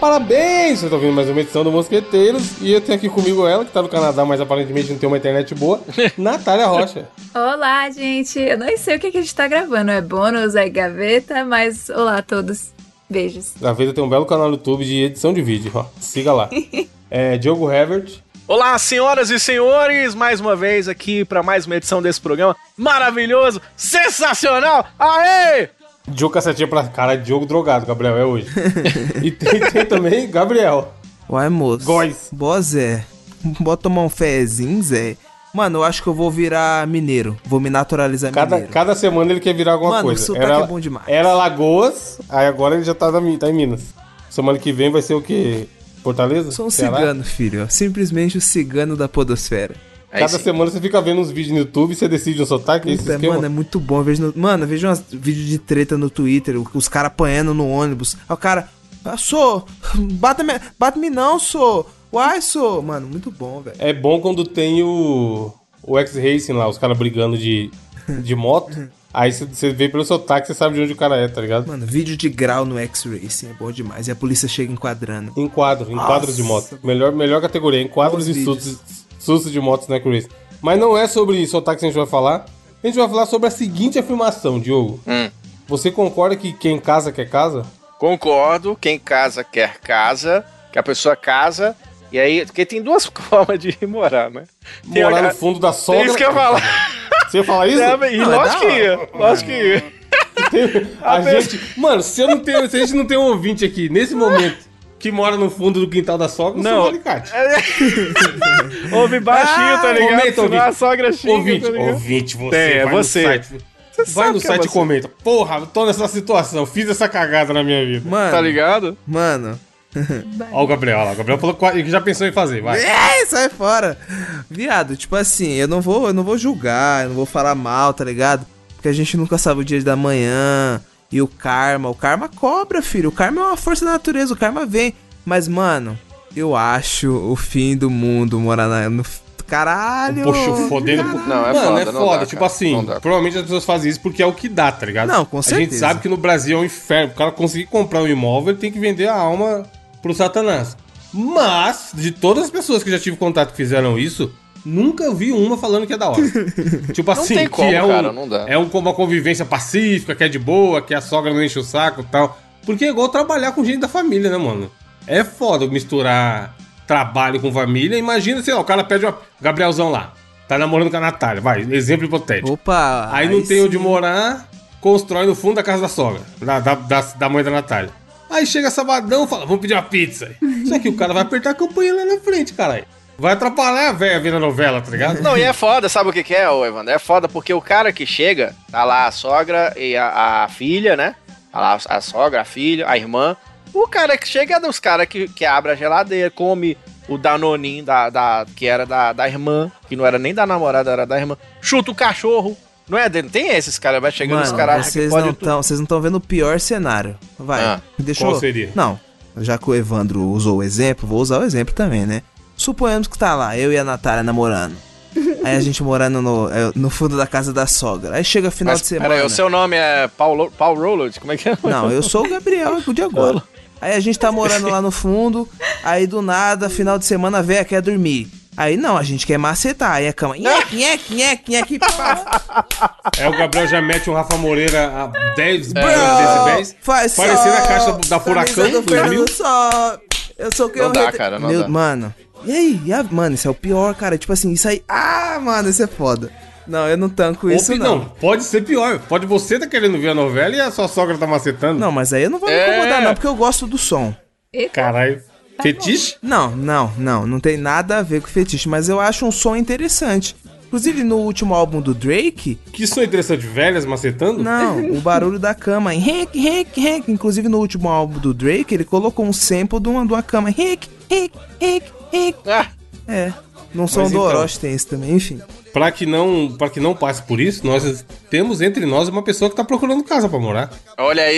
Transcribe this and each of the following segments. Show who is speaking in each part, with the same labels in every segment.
Speaker 1: Parabéns! Vocês estão ouvindo mais uma edição do Mosqueteiros. E eu tenho aqui comigo ela, que tá no Canadá, mas aparentemente não tem uma internet boa, Natália Rocha.
Speaker 2: Olá, gente. Eu não sei o que, que a gente tá gravando. É bônus, é gaveta, mas olá a todos. Beijos.
Speaker 1: Na vida tem um belo canal no YouTube de edição de vídeo, ó. Siga lá. É, Diogo Herbert.
Speaker 3: Olá, senhoras e senhores, mais uma vez aqui para mais uma edição desse programa maravilhoso, sensacional. Aê!
Speaker 1: Diogo Cassetinha pra cara, Diogo drogado, Gabriel, é hoje. e tem, tem também Gabriel.
Speaker 4: Uai, moço.
Speaker 1: Góis.
Speaker 4: Bó, Zé. Bota tomar um fezinho, Zé. Mano, eu acho que eu vou virar mineiro. Vou me naturalizar
Speaker 1: Cada,
Speaker 4: mineiro.
Speaker 1: cada semana ele quer virar alguma
Speaker 4: Mano,
Speaker 1: coisa.
Speaker 4: sotaque é bom demais.
Speaker 1: Era Lagoas, aí agora ele já tá, na, Mi- tá em Minas. Semana que vem vai ser o quê? Fortaleza?
Speaker 4: Sou um
Speaker 1: Ceará?
Speaker 4: cigano, filho. Simplesmente o cigano da podosfera.
Speaker 3: É
Speaker 1: Cada
Speaker 3: isso.
Speaker 1: semana você fica vendo uns vídeos no YouTube, você decide o sotaque, esse
Speaker 4: Puta,
Speaker 1: esquema.
Speaker 4: mano, é muito bom. Eu Vejo no- Mano, eu vejo umas vídeos de treta no Twitter, o- os caras apanhando no ônibus. Aí o cara, ah, sou, bata-me bata-me não, sou. Uai, sou. Mano, muito bom, velho.
Speaker 1: É bom quando tem o, o X-Racing lá, os caras brigando de, de moto. Aí você- você vê pelo sotaque, você sabe de onde o cara é, tá ligado?
Speaker 4: Mano, vídeo de grau no X-Racing é bom demais. E a polícia chega enquadrando.
Speaker 1: Em quadro, em quadros de moto. Melhor, melhor categoria, em quadros
Speaker 4: Bons
Speaker 1: e
Speaker 4: vídeos.
Speaker 1: sustos, sustos de motos na Chris. Mas não é sobre sotaque que a gente vai falar. A gente vai falar sobre a seguinte afirmação, Diogo.
Speaker 3: Hum.
Speaker 1: Você concorda que quem casa quer casa?
Speaker 3: Concordo, quem casa quer casa, que a pessoa casa, e aí, porque tem duas formas de morar, né? Tem
Speaker 1: Morar
Speaker 3: a-
Speaker 1: no fundo da
Speaker 3: Tem
Speaker 1: sogra. é
Speaker 3: isso que eu falo.
Speaker 1: Você fala isso?
Speaker 3: É, e
Speaker 4: Não, é
Speaker 3: lógico
Speaker 4: da
Speaker 3: que ia, lógico que é. ia.
Speaker 1: A,
Speaker 3: A
Speaker 1: gente. Mano, se, eu não tenho, se a gente não tem um ouvinte aqui nesse momento que mora no fundo do quintal da sogra, eu sou
Speaker 3: Não.
Speaker 1: um alicate.
Speaker 3: Ouve baixinho, tá ligado?
Speaker 1: momento,
Speaker 3: Senão
Speaker 1: ouvinte.
Speaker 3: a sogra xinga,
Speaker 1: Ouvinte,
Speaker 3: tá ligado?
Speaker 1: ouvinte, você
Speaker 3: Tem, é
Speaker 1: vai no
Speaker 3: você.
Speaker 1: site. vai
Speaker 3: sabe
Speaker 1: no
Speaker 3: que é
Speaker 1: site e
Speaker 3: você.
Speaker 1: comenta. Porra, tô nessa situação, fiz essa cagada na minha vida.
Speaker 4: Mano,
Speaker 3: Tá ligado?
Speaker 4: mano.
Speaker 1: Ó o Gabriel, ó lá. O Gabriel falou que já pensou em fazer, vai.
Speaker 4: É, sai fora. Viado, tipo assim, eu não vou, eu não vou julgar, eu não vou falar mal, tá ligado? Porque a gente nunca sabe o dia da manhã. E o karma, o karma cobra, filho. O karma é uma força da natureza, o karma vem. Mas, mano, eu acho o fim do mundo morar na, no. Caralho!
Speaker 1: Poxa, Um fodendo.
Speaker 3: Não, é
Speaker 1: Mano,
Speaker 3: foda,
Speaker 1: é
Speaker 3: não
Speaker 1: foda.
Speaker 3: dá,
Speaker 1: tipo
Speaker 3: cara.
Speaker 1: assim,
Speaker 3: Não dá.
Speaker 1: provavelmente as pessoas fazem isso porque é o que dá, tá ligado?
Speaker 4: Não, com
Speaker 1: A gente
Speaker 4: certeza.
Speaker 1: sabe que no Brasil é um inferno. O cara conseguir comprar um imóvel, ele tem que vender a alma pro Satanás. Mas, de todas as pessoas que eu já tive contato que fizeram isso, nunca vi uma falando que é da hora. tipo assim,
Speaker 3: tem como,
Speaker 1: que é, um,
Speaker 3: cara, não dá.
Speaker 1: é um, uma convivência pacífica, que é de boa, que a sogra não enche o saco e tal. Porque é igual trabalhar com gente da família, né, mano? É foda misturar trabalho com família. Imagina, sei lá, o cara pede uma. Gabrielzão lá. Tá namorando com a Natália, vai, exemplo hipotético.
Speaker 4: Opa!
Speaker 1: Aí não tem
Speaker 4: sim.
Speaker 1: onde morar, constrói no fundo da casa da sogra, da, da, da, da mãe da Natália. Aí chega sabadão fala, vamos pedir uma pizza. Só que o cara vai apertar a campanha lá na frente, caralho. Vai atrapalhar a velha vendo a novela, tá ligado?
Speaker 3: Não, e é foda, sabe o que, que é, ô Evandro? É foda porque o cara que chega, tá lá a sogra e a, a filha, né? Tá lá a sogra, a filha, a irmã. O cara que chega é dos caras que, que abre a geladeira, come o danoninho da, da, que era da, da irmã, que não era nem da namorada, era da irmã. Chuta o cachorro. Não é dele? Tem esses caras, vai chegando os
Speaker 4: Mano,
Speaker 3: caras acham
Speaker 4: vocês
Speaker 3: pode
Speaker 4: não
Speaker 3: tudo.
Speaker 4: tão, vocês não estão vendo o pior cenário. Vai.
Speaker 3: Ah,
Speaker 4: deixa
Speaker 1: qual
Speaker 4: eu-
Speaker 1: seria?
Speaker 4: Não. Já que o Evandro usou o exemplo, vou usar o exemplo também, né? Suponhamos que tá lá, eu e a Natália namorando. Aí a gente morando no, é, no fundo da casa da sogra. Aí chega final
Speaker 3: Mas,
Speaker 4: de semana.
Speaker 3: peraí, o seu nome é Paulo, Paulo Rollard? Como é que é?
Speaker 4: Não, eu sou o Gabriel de agora. Aí a gente tá morando lá no fundo, aí do nada, final de semana, a véia quer dormir. Aí não, a gente quer macetar. Aí a cama. Nhec, nhec, nhec, nhec, pá.
Speaker 1: É o Gabriel já mete um Rafa Moreira a 10 decibéis.
Speaker 4: Faz
Speaker 1: É, Parecendo
Speaker 4: sol,
Speaker 1: a caixa da Furacão
Speaker 4: camisa do
Speaker 1: 2000.
Speaker 4: Fernando Sol. Eu sou o que
Speaker 3: Não
Speaker 4: eu
Speaker 3: dá,
Speaker 4: rete-
Speaker 3: cara, não
Speaker 4: Meu-
Speaker 3: dá.
Speaker 4: Mano, e aí? E a- Mano, isso é o pior, cara. Tipo assim, isso aí. Ah, mano, isso é foda. Não, eu não tanco isso,
Speaker 1: Opi-
Speaker 4: não.
Speaker 1: não, pode ser pior. Pode você tá querendo ver a novela e a sua sogra tá macetando.
Speaker 4: Não, mas aí eu não vou me
Speaker 3: É.
Speaker 4: incomodar, não, porque eu gosto do som.
Speaker 2: Eita,
Speaker 1: Caralho. Fetiche?
Speaker 4: Não, não, não. Não tem nada a ver com fetiche, mas eu acho um som interessante. Inclusive, no último álbum do Drake,
Speaker 1: Que isso é interessante. Velhas macetando?
Speaker 4: não, o barulho da cama, em rec, rec, rec. Inclusive, no último álbum do Drake, ele colocou um sample de uma, de uma cama, rec, rec, rec, rec.
Speaker 3: Ah,
Speaker 4: É. Não são do
Speaker 1: então.
Speaker 4: Orochi, tem isso também, enfim.
Speaker 1: Pra que não, para que não passe por isso, nós temos entre nós uma pessoa que tá procurando casa pra morar.
Speaker 3: olha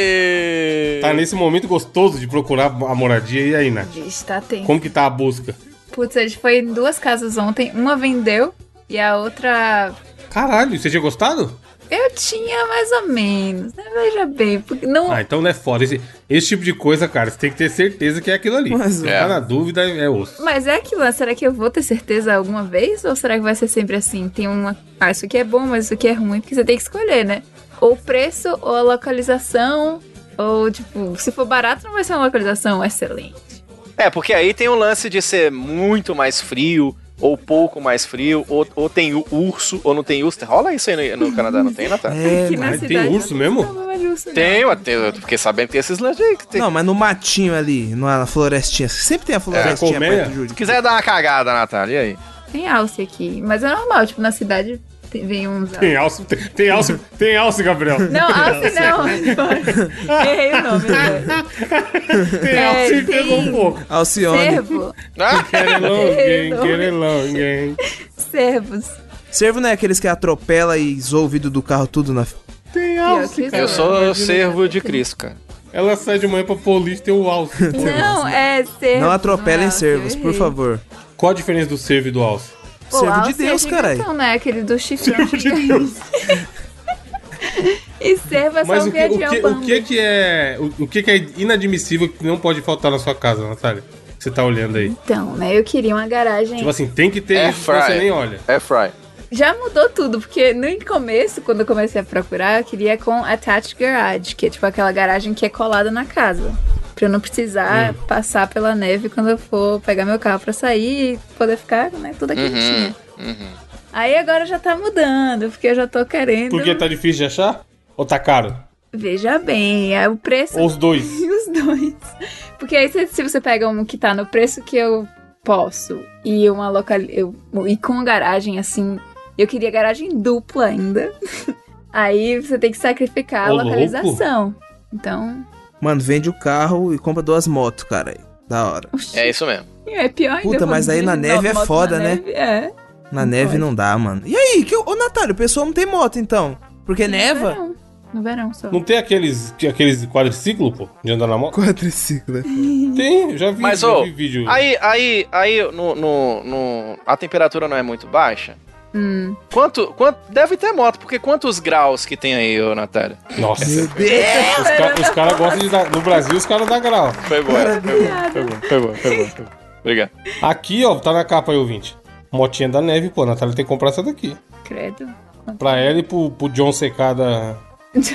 Speaker 3: aí!
Speaker 1: Tá nesse momento gostoso de procurar a moradia e aí, Nath.
Speaker 2: bicho, tá tenso.
Speaker 1: Como que tá a busca?
Speaker 2: Putz, a gente foi em duas casas ontem. Uma vendeu e a outra
Speaker 1: Caralho, você tinha gostado?
Speaker 2: Eu tinha mais ou menos, né? Veja bem, porque não.
Speaker 1: Ah, então não é foda. Esse, esse tipo de coisa, cara, você tem que ter certeza que é aquilo ali.
Speaker 4: Mas,
Speaker 1: Se tá na dúvida, é osso.
Speaker 2: Mas é aquilo, né? será que eu vou ter certeza alguma vez? Ou será que vai ser sempre assim? Tem uma. Ah, isso aqui é bom, mas isso aqui é ruim, porque você tem que escolher, né? Ou o preço, ou a localização, ou tipo, se for barato, não vai ser uma localização excelente.
Speaker 3: É, porque aí tem o lance de ser muito mais frio, ou pouco mais frio, ou, ou tem o urso, ou não tem urso. Rola isso aí no, no Canadá, não tem, Natália?
Speaker 4: É,
Speaker 2: Aqui
Speaker 1: mas tem urso mesmo?
Speaker 2: Não, mas urso não.
Speaker 3: Tem, eu até- eu fiquei sabendo que tem esses lances aí. Que tem.
Speaker 4: Não, mas no matinho ali, na florestinha. Sempre tem a florestinha
Speaker 1: colmeia?
Speaker 4: perto do Júlio.
Speaker 3: Se quiser dar uma cagada, Natália, e aí?
Speaker 2: Tem alce aqui. Mas é normal, tipo, na cidade tem- vem uns. alces.
Speaker 1: Tem alce, tem, tem alce, tem alce, Gabriel.
Speaker 2: Não, alce não. Errei o nome. né?
Speaker 1: Tem
Speaker 2: é,
Speaker 1: alce e
Speaker 2: tem-
Speaker 1: pegou um pouco.
Speaker 4: Alcione.
Speaker 2: Cervo.
Speaker 3: Ah,
Speaker 1: Querelão, gang,
Speaker 2: Não.
Speaker 1: querelão, gang.
Speaker 2: Servos.
Speaker 4: Servo não é aqueles que atropela e zoa o vidro do carro tudo na.
Speaker 1: Tem
Speaker 2: Pior
Speaker 1: alce,
Speaker 2: que isso
Speaker 1: cara.
Speaker 3: eu sou servo de Cristo, cara.
Speaker 1: Ela sai de manhã pra polícia e tem o alce.
Speaker 2: Não, é servos.
Speaker 4: Não atropelem
Speaker 2: é
Speaker 4: servos,
Speaker 2: alce, eu
Speaker 4: por
Speaker 2: errei.
Speaker 4: favor.
Speaker 1: Qual a diferença do cervo e do alce?
Speaker 2: Pô,
Speaker 4: Servo de
Speaker 2: alce é
Speaker 4: Deus, caralho.
Speaker 2: gigantão, né? Aquele do chifrão gigante. E servo é só
Speaker 1: Mas
Speaker 2: um
Speaker 1: o que, o
Speaker 2: viadinho
Speaker 1: que, o
Speaker 2: bambu.
Speaker 1: que que é. O, o que que é inadmissível que não pode faltar na sua casa, Natália? Que Você tá olhando aí.
Speaker 2: Então, né? Eu queria uma garagem.
Speaker 1: Tipo assim, tem que ter
Speaker 3: Air
Speaker 1: isso, senão você
Speaker 3: fryer.
Speaker 1: nem olha.
Speaker 3: É fry.
Speaker 2: Já mudou tudo, porque no começo, quando eu comecei a procurar, eu queria com attached garage, que é tipo aquela garagem que é colada na casa. Pra eu não
Speaker 1: Hum.
Speaker 2: precisar passar pela neve quando eu for pegar meu carro pra sair e poder ficar, né, toda
Speaker 1: Uhum,
Speaker 2: quentinha. Aí agora já tá mudando, porque eu já tô querendo.
Speaker 1: Porque tá difícil de achar? Ou tá caro?
Speaker 2: Veja bem, é o preço
Speaker 1: Ou os dois?
Speaker 2: E os dois. Porque aí se, se você pega um que tá no preço que eu posso e uma local eu e com garagem assim, eu queria garagem dupla ainda. aí você tem que sacrificar a
Speaker 1: Ô,
Speaker 2: localização. Então,
Speaker 4: Mano, vende o carro e compra duas motos, cara. Da hora.
Speaker 2: oxi,
Speaker 3: É
Speaker 2: é,
Speaker 3: isso mesmo.
Speaker 2: pior ainda.
Speaker 4: Puta,
Speaker 2: eu vou
Speaker 4: mas aí na
Speaker 2: dirigir
Speaker 4: neve é
Speaker 2: moto na
Speaker 4: foda, né?
Speaker 2: neve, É.
Speaker 4: Na
Speaker 2: Não
Speaker 4: neve
Speaker 2: pode.
Speaker 4: não dá, mano. E aí? Que, ô, Natália, o pessoal não tem moto então? Porque
Speaker 2: No
Speaker 4: neva?
Speaker 2: verão, no verão só.
Speaker 1: Não tem aqueles, aqueles quadriciclo, pô, de andar na moto?
Speaker 4: Quadriciclo.
Speaker 1: Tem, já vi,
Speaker 3: Mas,
Speaker 1: já
Speaker 3: ô,
Speaker 1: vi vídeo.
Speaker 3: Aí, aí, aí, no, no, no- a temperatura não é muito baixa?
Speaker 2: Hum.
Speaker 3: Quanto, quanto, deve ter moto, porque quantos graus que tem aí, ô Natália?
Speaker 1: Nossa,
Speaker 4: Meu
Speaker 1: os
Speaker 4: Deus!
Speaker 1: caras cara gostam de dar. No Brasil, os caras dão grau.
Speaker 3: Foi boa, foi boa, foi boa, foi boa, foi boa. Obrigado.
Speaker 1: Aqui, ó, tá na capa aí, ouvinte. Motinha da neve, pô, a Natália tem que comprar essa daqui.
Speaker 2: Credo.
Speaker 1: Pra ela e pro, pro John secada.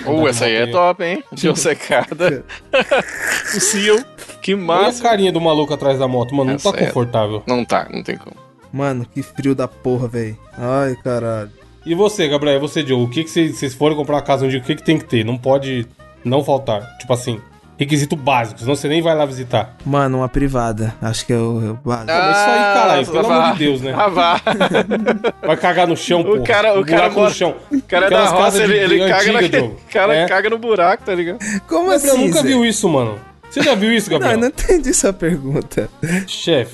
Speaker 3: Uh, essa aí é top, hein? Deu secada. o Seal. Que
Speaker 1: Olha a
Speaker 3: massa.
Speaker 1: carinha do maluco atrás da moto, mano, não
Speaker 3: Essa
Speaker 1: tá
Speaker 3: é.
Speaker 1: confortável.
Speaker 3: Não tá, não tem como.
Speaker 4: Mano, que frio da porra, velho. Ai, caralho.
Speaker 1: E você, Gabriel, e você, Joe, o que que vocês vocês forem comprar uma casa um dia, o que que tem que ter? Não pode não faltar. Tipo assim, requisito básico, senão você nem vai lá visitar.
Speaker 4: Mano, uma privada. Acho que é o. é o básico.
Speaker 1: Ah, mas isso aí, caralho, pelo amor de Deus, né?
Speaker 3: Ah, vá.
Speaker 1: Vai cagar no chão, pô.
Speaker 3: O cara- o
Speaker 1: Um
Speaker 3: cara
Speaker 1: buraco
Speaker 3: mora-
Speaker 1: no chão.
Speaker 3: O cara é da
Speaker 1: Aquelas
Speaker 3: roça,
Speaker 1: casas
Speaker 3: ele,
Speaker 1: de-
Speaker 3: ele caga,
Speaker 1: antiga,
Speaker 3: naquele,
Speaker 1: Diogo.
Speaker 3: cara
Speaker 1: É.
Speaker 3: caga no buraco, tá ligado?
Speaker 4: Como
Speaker 1: Gabriel
Speaker 4: assim?
Speaker 1: nunca
Speaker 4: Zé?
Speaker 1: viu isso, mano. Você já viu isso,
Speaker 4: Não,
Speaker 1: Gabriel?
Speaker 4: eu não entendi sua pergunta.
Speaker 1: Chefe,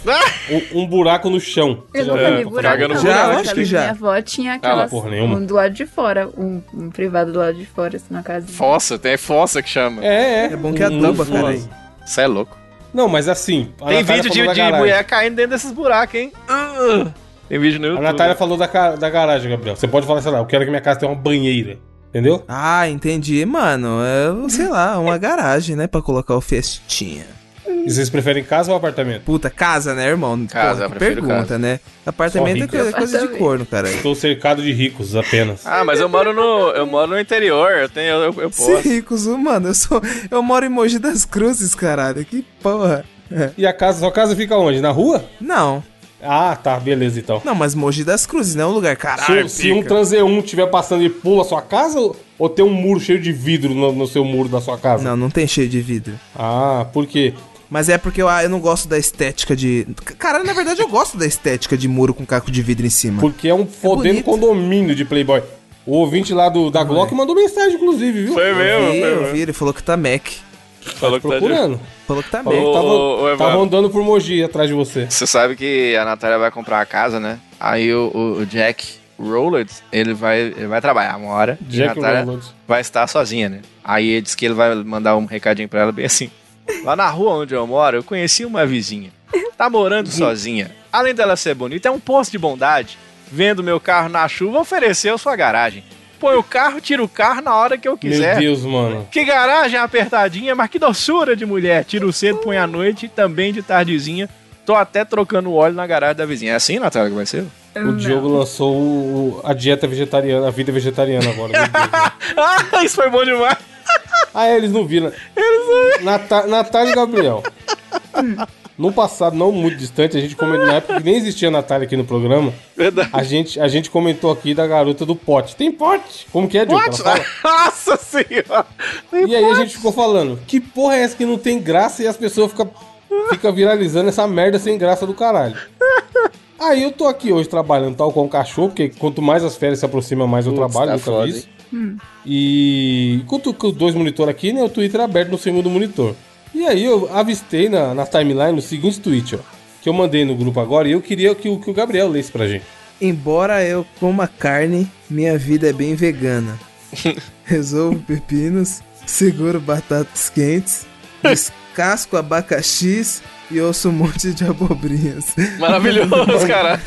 Speaker 1: um, um buraco no chão. Você
Speaker 2: Eu
Speaker 1: já
Speaker 2: nunca
Speaker 1: viu?
Speaker 2: vi buraco.
Speaker 3: caga no
Speaker 2: não.
Speaker 4: buraco. Já,
Speaker 2: Eu
Speaker 4: acho que já.
Speaker 2: Minha avó tinha aquelas,
Speaker 1: Ah, porra nenhuma.
Speaker 2: um do lado de fora, um, um privado do lado de fora, assim, na casa.
Speaker 3: Fossa, tem fossa que chama.
Speaker 1: É, é.
Speaker 4: É bom que aduba, cara, aí.
Speaker 3: Você é louco.
Speaker 1: Não, mas assim. a
Speaker 3: Tem
Speaker 1: Natália
Speaker 3: vídeo
Speaker 1: falou
Speaker 3: de,
Speaker 1: da
Speaker 3: de
Speaker 1: garagem.
Speaker 3: mulher caindo dentro desses buracos, hein? Ah, Tem vídeo no
Speaker 1: A
Speaker 3: YouTube.
Speaker 1: Natália falou da, ca- da garagem, Gabriel. Você pode falar, sei lá, eu quero que minha casa tenha uma banheira. Entendeu?
Speaker 4: Ah, entendi. Mano, é, sei lá, uma garagem, né? Pra colocar o festinha.
Speaker 1: E vocês preferem casa ou apartamento?
Speaker 4: Puta, casa, né, irmão?
Speaker 3: Casa,
Speaker 4: Porra,
Speaker 3: eu
Speaker 4: que
Speaker 3: prefiro
Speaker 4: pergunta,
Speaker 3: casa.
Speaker 4: né? Apartamento é
Speaker 1: rico.
Speaker 4: coisa, coisa de
Speaker 2: Apartamento.
Speaker 4: corno, cara.
Speaker 1: Estou cercado de ricos apenas.
Speaker 3: Ah, mas eu moro no, eu moro no interior, eu tenho, eu, eu posso.
Speaker 4: Se ricos, mano, eu sou. Eu moro em Mogi das Cruzes, caralho. Que porra.
Speaker 1: E a casa, sua casa fica onde? Na rua?
Speaker 4: Não,
Speaker 1: Ah, tá, beleza então.
Speaker 4: não, mas Mogi das Cruzes não é um lugar,
Speaker 1: Se,
Speaker 3: Ah,
Speaker 4: caralho.
Speaker 1: se um
Speaker 3: então.
Speaker 4: pica.
Speaker 1: transeunte estiver passando, ele pula a sua casa ou, ou tem um muro cheio de vidro no, no seu muro da sua casa?
Speaker 4: Não, não tem cheio de vidro.
Speaker 1: Ah, por quê?
Speaker 4: Mas é porque eu, ah, eu não gosto da estética de. Cara, na verdade eu gosto da estética de muro com caco de vidro em cima.
Speaker 1: Porque é um fodendo
Speaker 4: bonito.
Speaker 1: condomínio de Playboy. O ouvinte lá do, da Glock mandou mensagem, inclusive, viu?
Speaker 3: Foi
Speaker 4: Eu
Speaker 3: mesmo,
Speaker 4: vi,
Speaker 3: foi
Speaker 4: eu
Speaker 3: mesmo.
Speaker 4: vi, ele falou que tá Mac.
Speaker 3: Falou que tá de...
Speaker 1: procurando.
Speaker 4: Falou que tá Mac.
Speaker 1: Falou que tava,
Speaker 3: ô, Evandro.
Speaker 1: tava andando por Mogi atrás de você.
Speaker 3: Você sabe que a Natália vai comprar a casa, né? Aí o, o- o Jack Rowlands, ele vai, ele vai trabalhar uma hora. e a
Speaker 1: Jack
Speaker 3: Natália
Speaker 1: Rowlands.
Speaker 3: vai estar sozinha, né? Aí ele disse que ele vai mandar um recadinho pra ela bem assim. Lá na rua onde eu moro, eu conheci uma vizinha. Tá morando
Speaker 1: Uhum.
Speaker 3: sozinha. Além dela ser bonita, é um poço de bondade. Vendo meu carro na chuva, ofereceu sua garagem. põe o carro, tira o carro na hora que eu
Speaker 1: Meu
Speaker 3: quiser.
Speaker 1: Deus, mano.
Speaker 3: Que garagem apertadinha, mas que doçura de mulher. Tiro cedo, põe à noite, também de tardezinha. Tô até trocando o óleo na garagem da vizinha. É assim, Natália, que vai ser?
Speaker 1: O Diogo lançou o- a dieta vegetariana, a vida vegetariana agora. meu Deus.
Speaker 3: ah, isso foi bom demais.
Speaker 1: Ah, é, eles não viram. Nata- Natália e Gabriel. No passado, não muito distante, a gente comentou, na época que nem existia a Natália aqui no programa,
Speaker 3: Verdade.
Speaker 1: a gente, a gente comentou aqui da garota do pote. Tem pote? Como que é, Diogo? Ela fala?
Speaker 3: Nossa senhora.
Speaker 1: E aí a gente ficou falando, que porra é essa que não tem graça e as pessoas ficam fica viralizando essa merda sem graça do caralho. Aí eu tô aqui hoje trabalhando tal com o cachorro, porque quanto mais as férias se aproximam, mais eu
Speaker 3: Putz,
Speaker 1: trabalho,
Speaker 3: tá
Speaker 1: nunca
Speaker 3: foda,
Speaker 1: vi isso.
Speaker 3: hein?
Speaker 1: E enquanto com os dois monitores aqui, né, o Twitter é aberto no segundo monitor. E aí eu avistei na, na timeline o seguinte tweet, ó, que eu mandei no grupo agora e eu queria que, o- que o Gabriel lesse pra gente.
Speaker 4: Embora eu coma carne, minha vida é bem vegana. Resolvo pepinos, seguro batatas quentes, descasco abacaxis e ouço um monte de abobrinhas.
Speaker 3: Maravilhoso, cara.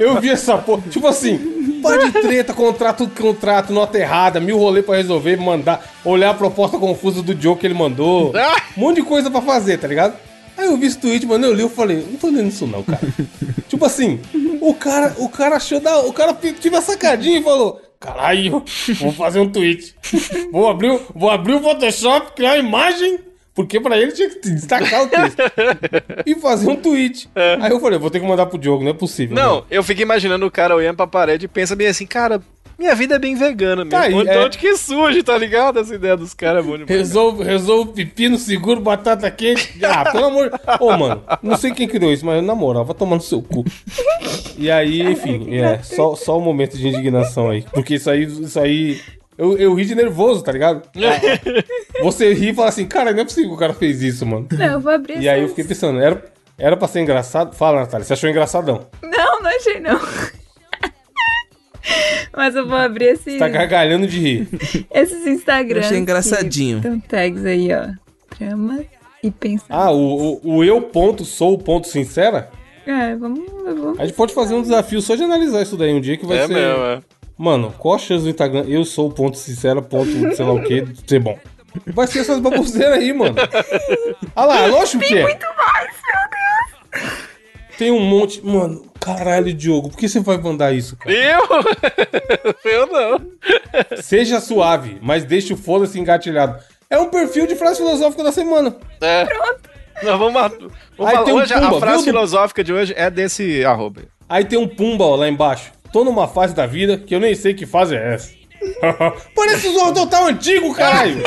Speaker 1: Eu vi essa porra. Tipo assim, par de treta, contrato, contrato, nota errada, mil rolê pra resolver, mandar, olhar a proposta confusa do Joe que ele mandou. Um monte de coisa pra fazer, tá ligado? Aí eu vi esse tweet, mano, eu li, eu falei, não tô lendo isso não, cara. tipo assim, o cara, o cara achou da. O cara fi- tive a sacadinha e falou. Caralho, vou fazer um tweet. Vou abrir, o- vou abrir o Photoshop, criar a imagem, porque pra ele tinha que destacar o texto. e fazer um tweet. Aí eu falei, vou ter que mandar pro Diogo, não é possível. mano.
Speaker 3: Não, eu fico imaginando o cara olhando pra parede e pensa bem assim, cara, minha vida é bem vegana mesmo.
Speaker 1: Tá aí,
Speaker 3: Onde,
Speaker 1: é.
Speaker 3: onde que surge, tá ligado? Essa ideia dos caras é bom demais.
Speaker 1: Resolvo, resolvo pepino, seguro, batata quente. Ah, pelo amor. Ô, mano, não sei quem criou isso, mas na moral, vai tomar no seu cu. E aí, enfim, é, só, só um momento de indignação aí. Porque isso aí. Isso aí eu, eu ri de nervoso, tá ligado?
Speaker 3: É.
Speaker 1: Você ri e fala assim, cara, não é possível que o cara fez isso, mano.
Speaker 2: Não, eu vou abrir
Speaker 1: E aí eu
Speaker 2: essas-
Speaker 1: fiquei pensando, era, era pra ser engraçado? Fala, Natália, você achou engraçadão?
Speaker 2: Não, não achei não. Mas eu vou abrir esse,
Speaker 1: Tá gargalhando de rir.
Speaker 2: esses Instagrams.
Speaker 4: Achei
Speaker 2: que
Speaker 4: engraçadinho.
Speaker 2: Estão tags aí, ó. Trama e pensar.
Speaker 1: Ah, o, o, o eu ponto, sou o ponto sincera?
Speaker 2: É, vamos, vamos.
Speaker 1: A gente pode fazer um desafio só de analisar isso daí um dia que vai
Speaker 3: É
Speaker 1: ser.
Speaker 3: mesmo, é.
Speaker 1: Mano, qual a chance do Instagram? Eu sou o ponto sincero, ponto sei lá o que, ser bom. Vai ser essas baboseiras aí, mano. Ah lá, lógico que é. muito mais, meu Deus. Tem um monte. Mano, caralho, Diogo, por que você vai mandar isso, cara?
Speaker 3: Eu? eu não.
Speaker 1: Seja suave, mas deixe o foda-se engatilhado. É um perfil de frase filosófica da semana.
Speaker 3: É. Pronto. Nós vamos, mat- vamos
Speaker 1: Aí
Speaker 3: falar-
Speaker 1: tem um
Speaker 3: hoje
Speaker 1: Pumba,
Speaker 3: a frase
Speaker 1: viu?
Speaker 3: filosófica de hoje é desse arroba.
Speaker 1: Aí tem um Pumba ó, lá embaixo. Tô numa fase da vida que eu nem sei que fase é essa. Parece o Zorro Total antigo, caralho!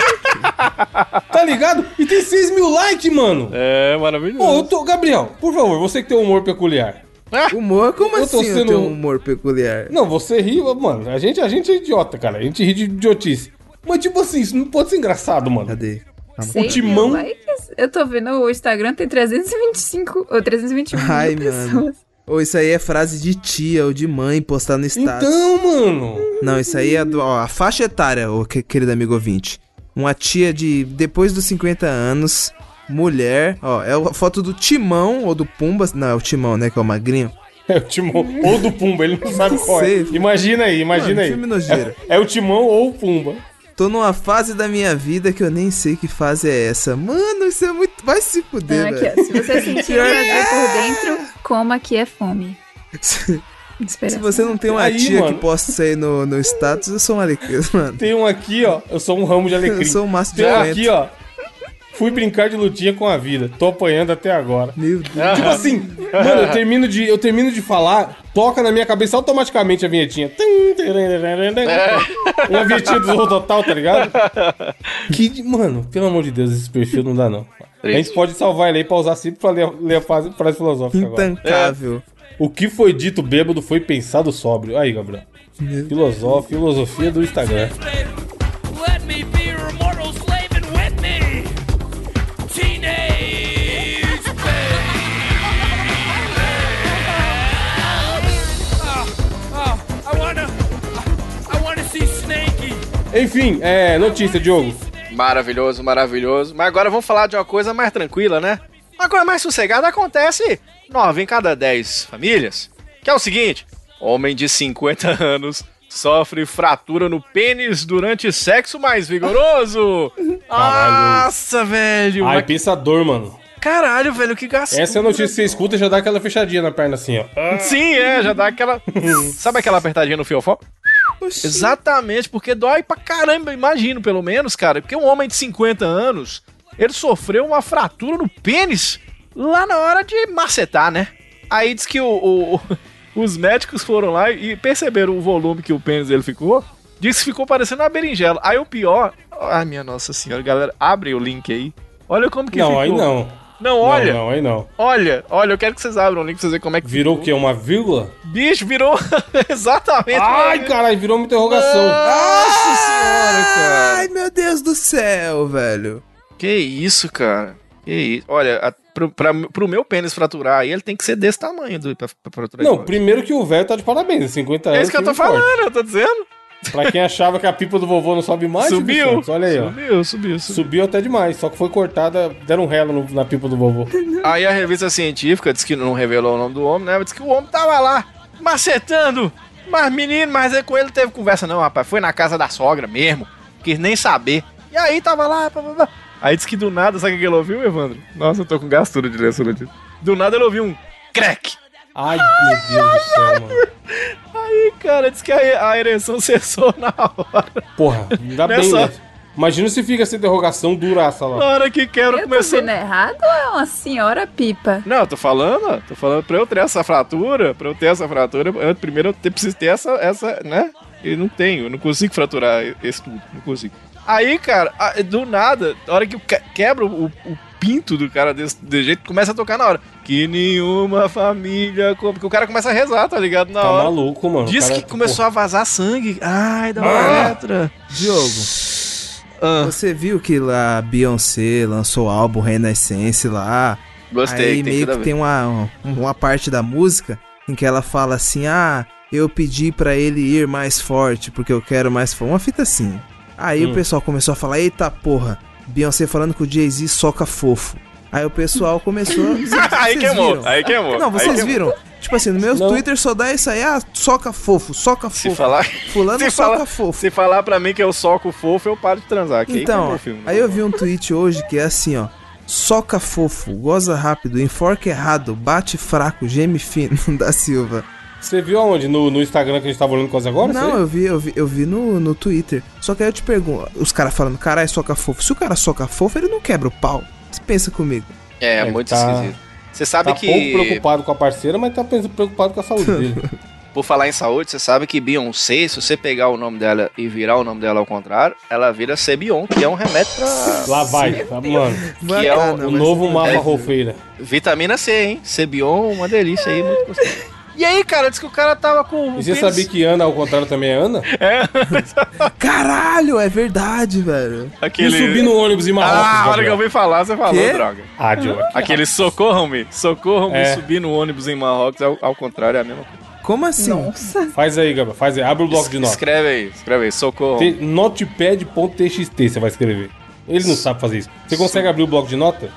Speaker 1: tá ligado? E tem 6 mil likes, mano!
Speaker 3: É
Speaker 1: Pô, eu
Speaker 3: maravilhoso.
Speaker 1: tô. Gabriel, por favor, você que tem um humor peculiar.
Speaker 4: Humor? Como
Speaker 1: Eu tô
Speaker 4: assim eu
Speaker 1: sendo-
Speaker 4: tenho um humor peculiar?
Speaker 1: Não, você ri, mano. A gente, a gente é idiota, cara. A gente ri de idiotice. Mas, tipo assim, isso não pode ser engraçado, mano.
Speaker 4: Cadê? Calma.
Speaker 2: Sei,
Speaker 1: timão.
Speaker 2: meu, likes. Eu tô vendo o Instagram tem 325 ou 321
Speaker 4: Ai,
Speaker 2: mil pessoas.
Speaker 4: Ou isso aí é frase de tia ou de mãe postar no status.
Speaker 1: Então, mano.
Speaker 4: Não, isso aí é do, ó, a faixa etária, ô, que- querido amigo ouvinte. Uma tia de depois dos 50 anos, mulher, ó, é a foto do Timão ou do Pumba, não, é o Timão, né, que é o magrinho.
Speaker 1: É o Timão ou do Pumba, ele não sabe qual é.
Speaker 4: sei.
Speaker 1: Imagina aí, imagina
Speaker 4: Mano,
Speaker 1: aí.
Speaker 4: filme nojeira.
Speaker 1: É, é o Timão ou o Pumba.
Speaker 4: Tô numa fase da minha vida que eu nem sei que fase é essa. Mano, isso é muito, vai se
Speaker 2: Então,
Speaker 4: fuder,
Speaker 2: aqui, ó.
Speaker 4: velho.
Speaker 2: Se você sentir o
Speaker 4: é
Speaker 2: prazer por dentro, coma que é fome.
Speaker 4: Se
Speaker 2: Desesperança.
Speaker 4: se você não tem uma
Speaker 1: Aí,
Speaker 4: tia
Speaker 1: mano.
Speaker 4: que possa sair no, no status, eu sou um alecrim, mano.
Speaker 1: Tem um aqui, ó. Eu sou um ramo de alecrim.
Speaker 4: Eu sou um maço de
Speaker 1: Tem um aqui,
Speaker 4: aguento.
Speaker 1: ó. Fui brincar de lutinha com a vida. Tô apanhando até agora.
Speaker 4: Meu Deus.
Speaker 1: Tipo assim, mano, eu termino, de, eu termino de falar, toca na minha cabeça automaticamente a vinhetinha. Tum, tererê, tererê, tererê. Uma vinhetinha do Zorro Total, tá ligado? Que, de- mano, pelo amor de Deus, esse perfil não dá não. A gente pode salvar ele aí pra usar sempre pra ler, ler a frase, frase filosófica agora.
Speaker 4: Intancável.
Speaker 1: O que foi dito bêbado foi pensado sóbrio. Aí, Gabriel. Filosófico, filosofia do Instagram.
Speaker 5: Let me be your immortal slave and with me, teenage babe. Oh, oh, I wanna, uh, I wanna see Snakey.
Speaker 1: Enfim, é, notícia, Diogo.
Speaker 3: Maravilhoso, maravilhoso. Mas agora vamos falar de uma coisa mais tranquila, né? Uma coisa mais sossegada acontece 9 em cada 10 famílias. Que é o seguinte: homem de 50 anos sofre fratura no pênis durante sexo mais vigoroso.
Speaker 1: Caralho.
Speaker 3: Nossa, velho.
Speaker 1: Ai,
Speaker 3: mas-
Speaker 1: pensa a dor, mano.
Speaker 3: Caralho, velho, que gasto.
Speaker 1: Essa é a notícia que você escuta e já dá aquela fechadinha na perna assim, ó.
Speaker 3: Sim, é, já dá aquela. Sabe aquela apertadinha no fiofó? Exatamente, porque dói pra caramba, imagino, pelo menos, cara. Porque um homem de 50 anos, ele sofreu uma fratura no pênis lá na hora de macetar, né? Aí diz que o, o- o- os médicos foram lá e perceberam o volume que o pênis ele ficou. Diz que ficou parecendo uma berinjela. Aí o pior. Ai, minha nossa senhora, galera, abre o link aí. Olha como que
Speaker 1: Não,
Speaker 3: ficou.
Speaker 1: aí não.
Speaker 3: Não, olha,
Speaker 1: Não, não, aí não.
Speaker 3: olha, olha, eu quero que vocês abram o link pra vocês verem como é que
Speaker 1: Virou o quê? Uma vírgula?
Speaker 3: Bicho, virou. Exatamente.
Speaker 1: Ai, caralho, virou uma interrogação.
Speaker 3: Ah!
Speaker 4: Nossa
Speaker 3: senhora,
Speaker 1: É.
Speaker 3: cara.
Speaker 4: Ai, meu Deus do céu, velho.
Speaker 3: Que isso, cara. Que isso. Olha, a, pro, pra, pro meu pênis fraturar aí, ele tem que ser desse tamanho do, pra, pra fraturar.
Speaker 1: Não,
Speaker 3: igual.
Speaker 1: primeiro que o velho tá de parabéns, 50 anos.
Speaker 3: É isso que eu tô
Speaker 1: firme e forte.
Speaker 3: falando, eu tô dizendo.
Speaker 1: Pra quem achava que a pipa do vovô não sobe mais,
Speaker 3: Subiu.
Speaker 1: Santos, olha aí, ó.
Speaker 3: Subiu, subiu, subiu.
Speaker 1: Subiu até demais, só que foi cortada, deram um relo no- na pipa do vovô.
Speaker 3: Aí a revista científica disse que não revelou o nome do homem, né? Mas Diz que o homem tava lá, macetando. Mas, menino, mas aí com ele não teve conversa, não, rapaz. Foi na casa da sogra mesmo. Quis nem saber. E aí tava lá. pá, pá, pá. Aí disse que do nada, sabe o que ele ouviu, Evandro? Nossa, eu tô com gastura de ler essa notícia. Do nada ele ouviu um crack.
Speaker 1: Ai, meu Deus do céu, mano.
Speaker 3: Aí, cara, diz que a, a ereção cessou na hora.
Speaker 1: Porra, ainda bem,
Speaker 3: Nessa-
Speaker 1: né? Imagina se fica essa interrogação duraça
Speaker 3: Na
Speaker 1: lá.
Speaker 3: hora que quebra,
Speaker 2: Eu tô
Speaker 3: começou.
Speaker 2: vendo errado ou é uma senhora pipa?
Speaker 3: Não, eu tô falando, ó, tô falando pra eu ter essa fratura, pra eu ter essa fratura, eu, primeiro eu te- preciso ter essa, essa, né? E não tenho, eu não consigo fraturar esse tudo, não consigo. Aí, cara, a- do nada, a hora que que- quebra o, o pinto do cara desse, desse jeito, começa a tocar na hora. Que nenhuma família. co- Porque o cara começa a rezar, tá ligado? Na
Speaker 1: Tá
Speaker 3: hora.
Speaker 1: maluco, mano.
Speaker 3: Diz
Speaker 1: Cara, é tipo,
Speaker 3: que começou a vazar sangue. Ai, da
Speaker 1: Ah!
Speaker 3: letra.
Speaker 4: Diogo,
Speaker 3: Ah.
Speaker 4: você viu que lá a Beyoncé lançou o álbum Renaissance lá?
Speaker 3: Gostei,
Speaker 4: aí
Speaker 3: tem
Speaker 4: meio
Speaker 3: tudo a
Speaker 4: que
Speaker 3: ver.
Speaker 4: tem uma, uma parte da música em que ela fala assim: Ah, eu pedi pra ele ir mais forte, porque eu quero mais forte. Uma fita assim. Aí
Speaker 3: Hum.
Speaker 4: o pessoal começou a falar: Eita porra, Beyoncé falando que o Jay-Z soca fofo. Aí o pessoal começou.
Speaker 3: aí
Speaker 4: vocês
Speaker 3: queimou,
Speaker 4: viram?
Speaker 3: aí queimou.
Speaker 4: Não,
Speaker 3: aí
Speaker 4: vocês
Speaker 3: queimou.
Speaker 4: viram? Tipo assim, no meu
Speaker 1: Não.
Speaker 4: Twitter só dá isso aí, ah, soca fofo, soca
Speaker 3: Se
Speaker 4: fofo.
Speaker 3: falar,
Speaker 4: Fulano
Speaker 3: se
Speaker 4: soca
Speaker 3: falar-
Speaker 4: fofo.
Speaker 3: se falar pra mim que eu soco fofo, eu paro de transar. que aí queimou
Speaker 4: Então,
Speaker 3: o filme. né?
Speaker 4: aí eu vi um tweet hoje que é assim, ó. Soca fofo, goza rápido, enforca errado, bate fraco, geme fino da Silva.
Speaker 1: Você viu aonde? No, no Instagram que a gente tava olhando quase agora?
Speaker 3: assim?
Speaker 4: Não,
Speaker 1: isso aí?
Speaker 4: eu vi, eu vi, eu vi no, no Twitter. Só que aí eu te pergunto, os caras falando, caralho, soca fofo. Se o cara soca fofo, ele não quebra o pau. Você pensa comigo.
Speaker 3: É,
Speaker 1: É,
Speaker 3: muito
Speaker 1: tá-
Speaker 3: esquisito. Você sabe
Speaker 1: Tá pouco
Speaker 3: que,
Speaker 1: preocupado com a parceira, mas tá pens- preocupado com a saúde dele.
Speaker 3: por falar em saúde, você sabe que Beyoncé, se você pegar o nome dela e virar o nome dela ao contrário, ela vira Cebion, que é um remédio pra
Speaker 1: Lá vai, tá, mano.
Speaker 4: Vai,
Speaker 3: é
Speaker 4: ah,
Speaker 3: o-
Speaker 4: não,
Speaker 1: O
Speaker 4: mas-
Speaker 1: novo mapa
Speaker 3: É.
Speaker 1: rofeira.
Speaker 3: vitamina C, hein? Cebion, uma delícia aí, muito gostoso. E aí, cara, diz que o cara tava com... um
Speaker 1: E você sabia que Ana, ao contrário, também é Ana?
Speaker 3: É,
Speaker 4: Caralho, é verdade, velho.
Speaker 1: E
Speaker 3: aquele...
Speaker 1: subir no ônibus em Marrocos.
Speaker 3: Ah, a hora que
Speaker 1: Gabriel?
Speaker 3: eu ouvi falar, você falou,
Speaker 4: Quê?
Speaker 3: droga.
Speaker 1: Ah, Diogo.
Speaker 3: Aquele socorram-me, socorram-me
Speaker 1: É.
Speaker 3: subir no ônibus em Marrocos, ao, ao contrário, é a mesma coisa.
Speaker 4: Como assim?
Speaker 2: Nossa.
Speaker 1: Faz aí, Gabriel. Faz aí. Abre o bloco de notas.
Speaker 3: Escreve aí, escreve aí, socorro.
Speaker 1: Te- Notepad.txt você vai escrever. Ele não sabe fazer isso. Você consegue abrir o bloco de nota?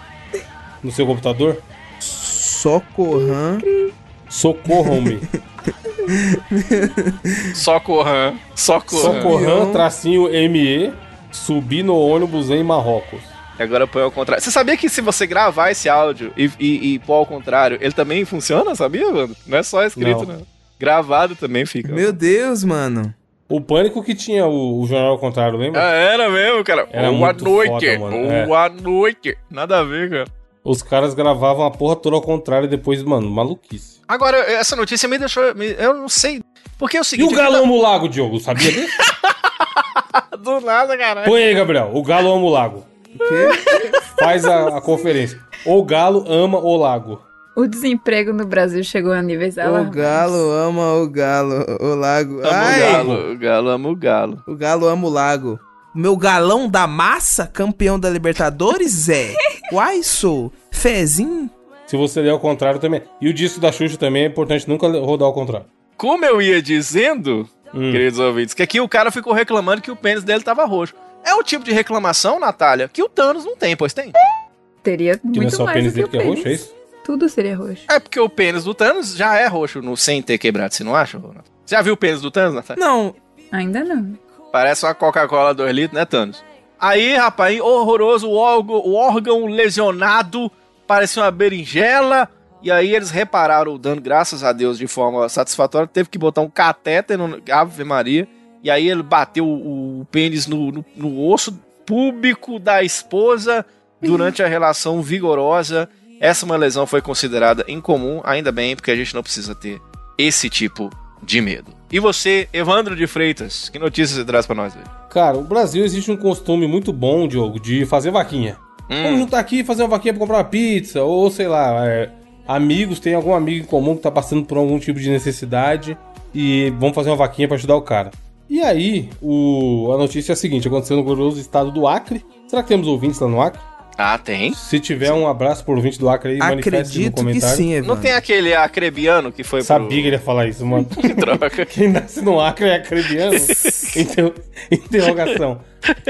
Speaker 1: No seu computador?
Speaker 4: Socorran.
Speaker 1: Socorram-me.
Speaker 3: Socorram, socorram.
Speaker 1: Socorram, tracinho ME, subir no ônibus em Marrocos.
Speaker 3: E agora põe ao contrário. Você sabia que se você gravar esse áudio e, e, e pôr ao contrário, ele também funciona, sabia, mano? Não é só escrito,
Speaker 1: Não.
Speaker 3: não. Gravado também fica.
Speaker 4: Meu Deus, mano.
Speaker 1: O pânico que tinha o, o jornal ao contrário, lembra?
Speaker 3: Ah, era mesmo, cara.
Speaker 1: Era
Speaker 3: Boa
Speaker 1: muito
Speaker 3: noite.
Speaker 1: foda, mano. É.
Speaker 3: Boa noite. Nada a ver, cara.
Speaker 1: Os caras gravavam a porra toda ao contrário e depois, mano, maluquice.
Speaker 3: Agora, essa notícia me deixou. me- eu não sei. Porque é
Speaker 1: E
Speaker 3: o
Speaker 1: o
Speaker 3: seguinte.
Speaker 1: Galo Amo Lago, Diogo? Sabia disso?
Speaker 3: Do nada, caralho.
Speaker 1: Põe aí, Gabriel. O Galo Ama o Lago. Faz a, a conferência. O Galo ama o Lago.
Speaker 2: O desemprego no Brasil chegou a níveis
Speaker 4: O
Speaker 2: alarmantes.
Speaker 4: galo ama o galo, o lago.
Speaker 1: é
Speaker 3: Amo o
Speaker 4: Ai,
Speaker 3: galo. O galo ama o galo.
Speaker 4: O galo ama o lago. Meu galão da massa, campeão da Libertadores, é. Uai, sou. Fezinho.
Speaker 1: Se você ler ao contrário também. E o disco da Xuxa também é importante nunca rodar ao contrário.
Speaker 3: Como eu ia dizendo,
Speaker 1: Hum.
Speaker 3: queridos ouvintes, que aqui o cara ficou reclamando que o pênis dele tava roxo. É o tipo de reclamação, Natália, que o Thanos não tem, pois tem.
Speaker 2: Teria
Speaker 1: Que não é
Speaker 2: muito
Speaker 1: só o
Speaker 2: mais
Speaker 1: pênis dele
Speaker 2: do que o
Speaker 1: que é roxo, é
Speaker 2: pênis.
Speaker 1: isso?
Speaker 2: Tudo seria roxo.
Speaker 3: É porque o pênis do Thanos já é roxo no, sem ter quebrado, você não acha, Ronaldo? Você já viu o pênis do Thanos, Natália?
Speaker 4: Não,
Speaker 2: Ainda não.
Speaker 3: Parece uma Coca-Cola 2 litros, né, Thanos? Aí, rapaz, horroroso, o órgão, o órgão lesionado, parecia uma berinjela. E aí eles repararam o dano, graças a Deus, de forma satisfatória. Teve que botar um catéter no Ave Maria. E aí ele bateu o, o pênis no, no- no osso público da esposa durante a relação vigorosa. Essa é uma lesão foi considerada incomum, ainda bem, porque a gente não precisa ter esse tipo de medo. E você, Evandro de Freitas, que notícias você traz pra nós? velho?
Speaker 1: Cara, o Brasil existe um costume muito bom, Diogo, de fazer vaquinha.
Speaker 3: Hum.
Speaker 1: Vamos juntar aqui e fazer uma vaquinha pra comprar uma pizza, ou sei lá, é, amigos, tem algum amigo em comum que tá passando por algum tipo de necessidade e vamos fazer uma vaquinha pra ajudar o cara. E aí, o- a notícia é a seguinte: aconteceu no glorioso estado do Acre. Será que temos ouvintes lá no Acre?
Speaker 3: Ah, tem?
Speaker 1: Se tiver um abraço pro ouvinte do Acre aí, manifeste no
Speaker 4: Acredito que
Speaker 1: comentário.
Speaker 4: sim, Evandro.
Speaker 3: Não tem aquele acrebiano que foi
Speaker 1: Sabia que ele ia falar isso, mano.
Speaker 3: pro... Droga.
Speaker 1: Quem nasce no Acre é acrebiano? Inter- Interrogação.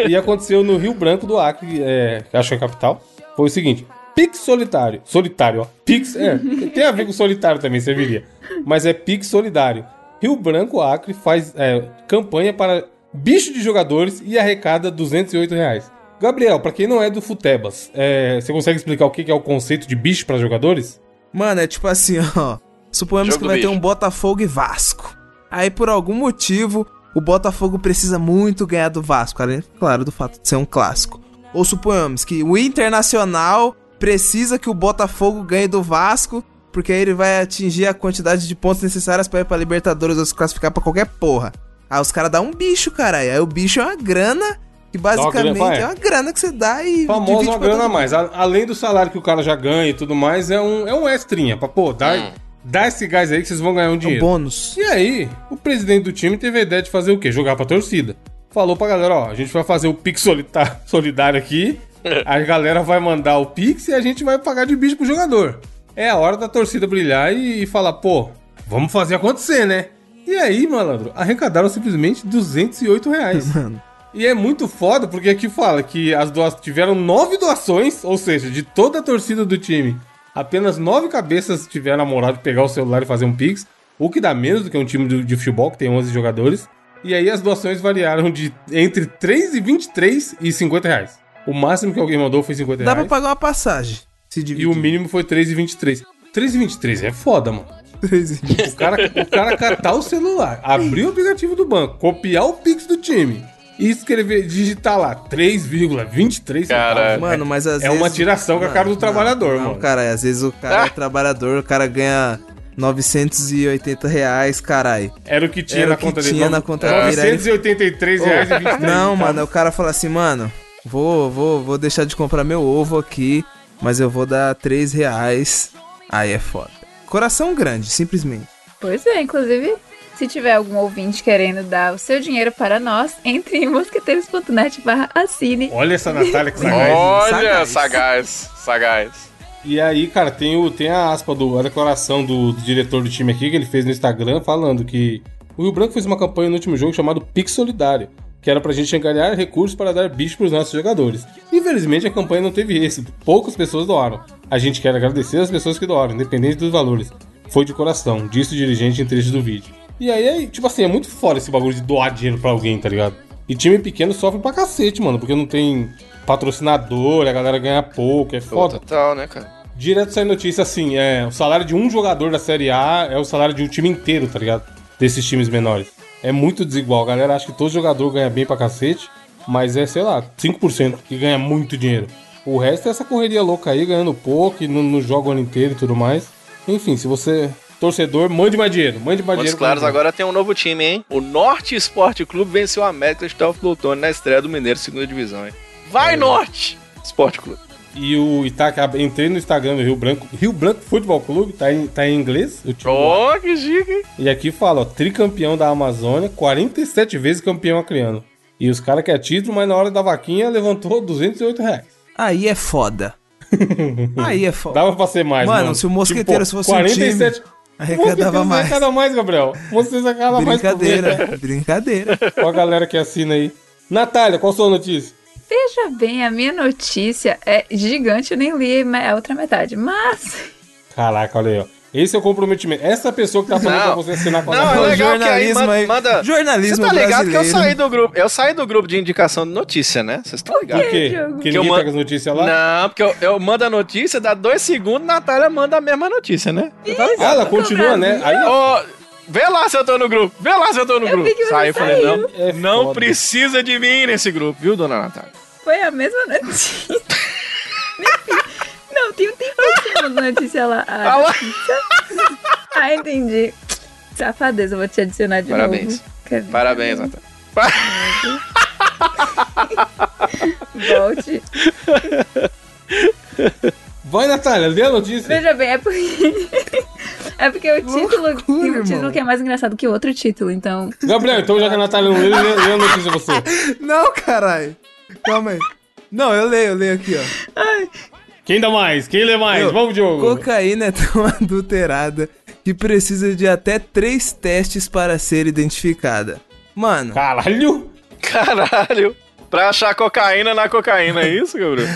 Speaker 1: E aconteceu no Rio Branco do Acre, é, que acho que é a capital. Foi o seguinte: Pix solitário. Solitário, ó. Pix. É, tem a ver com solitário também, serviria. Mas é Pix solidário. Rio Branco Acre faz é, campanha para bicho de jogadores e arrecada 208 reais. Gabriel, pra quem não é do Futebas, é, você consegue explicar o que que é o conceito de bicho para jogadores?
Speaker 4: Mano, é tipo assim, ó. Suponhamos
Speaker 3: Jogo
Speaker 4: que
Speaker 3: do
Speaker 4: vai ter
Speaker 3: bicho.
Speaker 4: um Botafogo e Vasco. Aí, por algum motivo, o Botafogo precisa muito ganhar do Vasco, além, claro, do fato de ser um clássico. Ou suponhamos que o Internacional precisa que o Botafogo ganhe do Vasco, porque aí ele vai atingir a quantidade de pontos necessárias pra ir pra Libertadores ou se classificar pra qualquer porra. Aí os caras dão um bicho, caralho. Aí o bicho é uma grana, que
Speaker 1: uma grana,
Speaker 4: basicamente
Speaker 1: vai.
Speaker 4: é uma grana que você dá e. divide
Speaker 1: né, famoso uma
Speaker 4: pra
Speaker 1: grana a
Speaker 4: todo
Speaker 1: mais. A- além do salário que o cara já ganha e tudo mais, é um, é um extrinha. Pra, pô, dá, dá esse gás aí que vocês vão ganhar um
Speaker 4: mundo. É um
Speaker 1: dinheiro.
Speaker 4: bônus.
Speaker 1: E aí, o presidente do time teve a ideia de fazer o quê? Jogar pra torcida. Falou pra galera, ó, a gente vai fazer o Pix solita- solidário aqui, a galera vai mandar o Pix e a gente vai pagar de bicho pro jogador. É a hora da torcida brilhar e, e falar, pô, vamos fazer acontecer, né? E aí, malandro, arrecadaram simplesmente 208 reais.
Speaker 4: Mano.
Speaker 1: E é muito foda, porque aqui fala que as doa tiveram nove doações, ou seja, de toda a torcida do time, apenas nove cabeças tiveram a moral de pegar o celular e fazer um pix, o que dá menos do que um time do- de futebol que tem 11 jogadores. E aí as doações variaram de entre 3 e 23 e 50 reais. O máximo que alguém mandou foi 50
Speaker 4: Dá pra
Speaker 1: reais.
Speaker 4: pagar uma passagem. Se
Speaker 1: Né? E
Speaker 4: dividir.
Speaker 1: o mínimo foi 3 e 23. 3 e 23 é foda, mano. O cara, o cara catar o celular, abrir o aplicativo do banco, copiar o Pix do time e escrever, digitar lá 3,23
Speaker 3: Cara,
Speaker 1: Mano,
Speaker 4: Mano, mas às
Speaker 1: é
Speaker 4: vezes.
Speaker 1: uma tiração com a cara do trabalhador,
Speaker 4: não,
Speaker 1: mano.
Speaker 4: Cara, às vezes o cara é trabalhador, o cara ganha 980 reais, caralho.
Speaker 1: Era o que tinha
Speaker 4: Era
Speaker 1: na
Speaker 4: o que
Speaker 1: conta dele.
Speaker 4: tinha
Speaker 1: Não,
Speaker 4: na conta dele. Aí ele-
Speaker 1: 983 reais e 23
Speaker 4: Não, mano, o cara fala assim, mano, vou, vou, vou deixar de comprar meu ovo aqui, mas eu vou dar 3 reais. Aí é foda. Coração grande, simplesmente.
Speaker 2: Pois é, inclusive, se tiver algum ouvinte querendo dar o seu dinheiro para nós, entre em mosqueteiros.net barra assine.
Speaker 1: Olha essa Natália que sagaz.
Speaker 4: Olha,
Speaker 6: Olha, sagaz, sagaz.
Speaker 1: E aí, cara, tem, o, tem a aspa do a declaração do, do diretor do time aqui que ele fez no Instagram falando que o Rio Branco fez uma campanha no último jogo chamado Pix Solidário, que era pra gente angariar recursos para dar bicho pros nossos jogadores. Infelizmente a campanha não teve esse, poucas pessoas doaram. A gente quer agradecer as pessoas que doaram, independente dos valores. Foi de coração, disse o dirigente em trecho do vídeo. E aí, aí, tipo assim, é muito foda esse bagulho de doar dinheiro pra alguém, tá ligado? E time pequeno sofre pra cacete, mano, porque não tem patrocinador, a galera ganha pouco, é foda.
Speaker 3: Total, né, cara?
Speaker 1: Direto sai notícia assim, é, o salário de um jogador da Série A é o salário de um time inteiro, tá ligado? Desses times menores. É muito desigual, a galera. Acho que todo jogador ganha bem pra cacete, mas é, sei lá, 5% que ganha muito dinheiro. O resto é essa correria louca aí, ganhando pouco, e não, não joga o ano inteiro e tudo mais. Enfim, se você é torcedor, mande mais dinheiro, mande mais
Speaker 3: Montes
Speaker 1: dinheiro.
Speaker 3: Claros agora tem um novo time, hein? O Norte Esporte Clube venceu a América de Taupo do Outono na estreia do Mineiro, segunda divisão, hein? Vai, Norte Esporte Clube.
Speaker 1: E o Itaca, entrei no Instagram do Rio Branco, Rio Branco Futebol Clube, tá em, tá em inglês. O time
Speaker 6: Ó, que chique, hein?
Speaker 1: E aqui fala, ó, tricampeão da Amazônia, 47 vezes campeão acriano. E os caras querem título, mas na hora da vaquinha levantou 208 reais.
Speaker 4: Aí é foda. Aí é foda.
Speaker 1: Dava pra ser mais, Tipo,
Speaker 4: Mano, se o Mosqueteiro fosse um time, arrecadava
Speaker 1: Mosqueteiro
Speaker 4: mais.
Speaker 1: arrecada mais, Gabriel. Vocês arrecadam mais por mês, né?
Speaker 4: Brincadeira, brincadeira.
Speaker 1: Ó a galera que assina aí. Natália, qual a sua notícia?
Speaker 2: Veja bem, a minha notícia é gigante, eu nem li me- a outra metade, mas
Speaker 1: Caraca, olha aí, ó. Esse é o comprometimento. Essa pessoa que tá falando
Speaker 3: Não.
Speaker 1: pra você assinar com a
Speaker 3: Não,
Speaker 1: Amazon.
Speaker 3: é legal que aí
Speaker 4: jornalismo
Speaker 3: manda-
Speaker 4: aí.
Speaker 3: manda- Você
Speaker 4: Jornalismo
Speaker 3: tá ligado que eu
Speaker 4: brasileiro.
Speaker 3: saí do grupo. Eu saí do grupo de indicação de notícia, né? Vocês estão ligados?
Speaker 1: Por quê?
Speaker 2: Diogo.
Speaker 1: Que
Speaker 3: Que eu
Speaker 1: ninguém
Speaker 3: man-
Speaker 1: pega as notícias lá?
Speaker 3: Não, porque eu, eu mando a notícia, dá dois segundos, Natália manda a mesma notícia, né? Você tá
Speaker 1: Ah,
Speaker 3: ligado?
Speaker 1: ela continua, né? Aí
Speaker 3: Ô, vê lá se eu tô no grupo. Vê lá se eu tô no
Speaker 2: Eu vi
Speaker 3: grupo.
Speaker 2: que você
Speaker 3: Saí, eu falei,
Speaker 2: saiu.
Speaker 3: não,
Speaker 1: É
Speaker 3: não
Speaker 1: foda.
Speaker 3: precisa de mim nesse grupo, viu, dona Natália?
Speaker 2: Foi a mesma notícia. Não, tem um tempo que tem uma notícia lá.
Speaker 3: Ah,
Speaker 2: Ah,
Speaker 3: lá.
Speaker 2: ah, entendi. Safadeza, eu vou te adicionar de
Speaker 3: Parabéns.
Speaker 2: novo. Quer ver?
Speaker 3: Parabéns, Natália.
Speaker 2: Volte.
Speaker 1: Vai, Natália, lê a notícia.
Speaker 2: Veja bem, é porque. é porque o título, tem um título
Speaker 4: irmão.
Speaker 2: que é mais engraçado que o outro título, então.
Speaker 1: Gabriel, então já que a Natália não lê, lê, lê a notícia você.
Speaker 4: Não, caralho. Calma aí. Não, eu leio, eu leio aqui, ó.
Speaker 1: Quem dá mais? Quem lê mais?
Speaker 4: Meu,
Speaker 1: Vamos, Diogo.
Speaker 4: Cocaína é tão adulterada que precisa de até três testes para ser identificada. Mano,
Speaker 1: Caralho!
Speaker 3: Caralho. Pra achar cocaína na cocaína, é isso, Gabriel?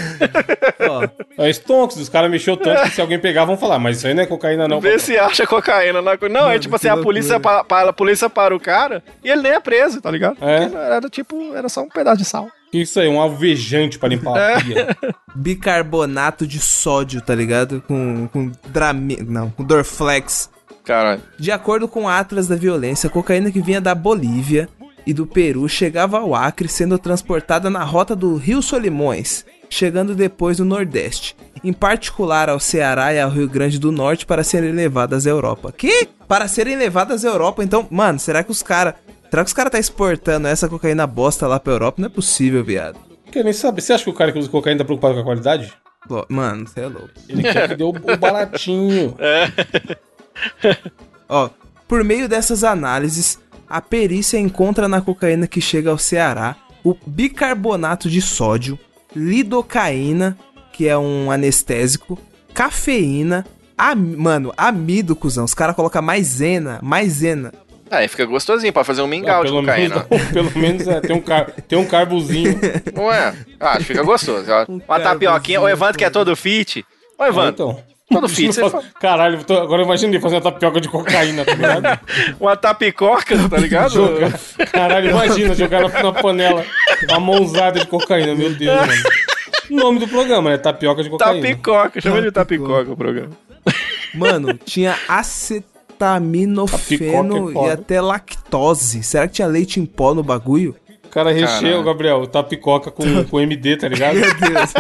Speaker 4: ó,
Speaker 1: É Stonks, os caras mexeu tanto que se alguém pegar, vão falar, mas isso aí não é cocaína, não.
Speaker 3: É. Vê se acha cocaína na cocaína. Não, é
Speaker 4: Mano,
Speaker 3: tipo
Speaker 4: que
Speaker 3: assim, a polícia,
Speaker 4: loucura.
Speaker 3: pa, para, a polícia para o cara e ele nem é preso, tá ligado?
Speaker 1: É.
Speaker 3: Porque Era tipo, era só um pedaço de sal.
Speaker 1: Que Isso aí, um alvejante pra limpar
Speaker 3: É.
Speaker 1: a pia.
Speaker 4: bicarbonato de sódio, tá ligado? Com, com Drame... Não, com Dorflex.
Speaker 3: Caralho.
Speaker 4: De acordo com Atlas da Violência, a cocaína que vinha da Bolívia e do Peru chegava ao Acre sendo transportada na rota do Rio Solimões, chegando depois no Nordeste, em particular ao Ceará e ao Rio Grande do Norte para serem levadas à Europa. Que? Para serem levadas à Europa, então, mano, será que os caras... Será que os caras tá exportando essa cocaína bosta lá pra Europa? Não é possível, viado.
Speaker 1: Quer nem saber. Você acha que o cara que usa cocaína tá preocupado com a qualidade?
Speaker 4: Lo- Mano, você é louco.
Speaker 1: Ele quer que dê o, o baratinho.
Speaker 3: É
Speaker 4: Ó, por meio dessas análises, a perícia encontra na cocaína que chega ao Ceará o bicarbonato de sódio, lidocaína, que é um anestésico, cafeína, am- mano, amido, cuzão. Os caras colocam maisena, maisena.
Speaker 3: Aí fica gostosinho pra fazer um mingau
Speaker 1: Ah,
Speaker 3: de
Speaker 1: pelo,
Speaker 3: cocaína.
Speaker 1: menos, pelo menos é, tem, um car, tem um carbozinho.
Speaker 3: Não é? Ah, fica gostoso. ó. Uma
Speaker 4: cara
Speaker 3: tapioquinha. O
Speaker 4: vizinho,
Speaker 3: Evandro que é todo fit. Ô,
Speaker 1: Um
Speaker 3: Evandro,
Speaker 1: Então.
Speaker 3: todo fit. Você fala-
Speaker 1: Caralho, eu tô- agora imagina ele fazer uma tapioca de cocaína, tá ligado?
Speaker 3: Uma tapicoca, tá ligado?
Speaker 1: Jogar- Caralho, imagina jogar na, na panela uma mãozada de cocaína, meu Deus, mano. O nome do programa é Tapioca de Cocaína.
Speaker 3: Tapicoca. Chama de tapicoca o programa.
Speaker 4: Mano, tinha
Speaker 1: Tapicoca é
Speaker 4: acetaminofeno e
Speaker 1: foda.
Speaker 4: até lactose. Será que tinha leite em pó no bagulho?
Speaker 1: O cara recheia,
Speaker 3: Caralho.
Speaker 1: o Gabriel, tapicoca com, com MD, tá ligado?
Speaker 4: Meu Deus.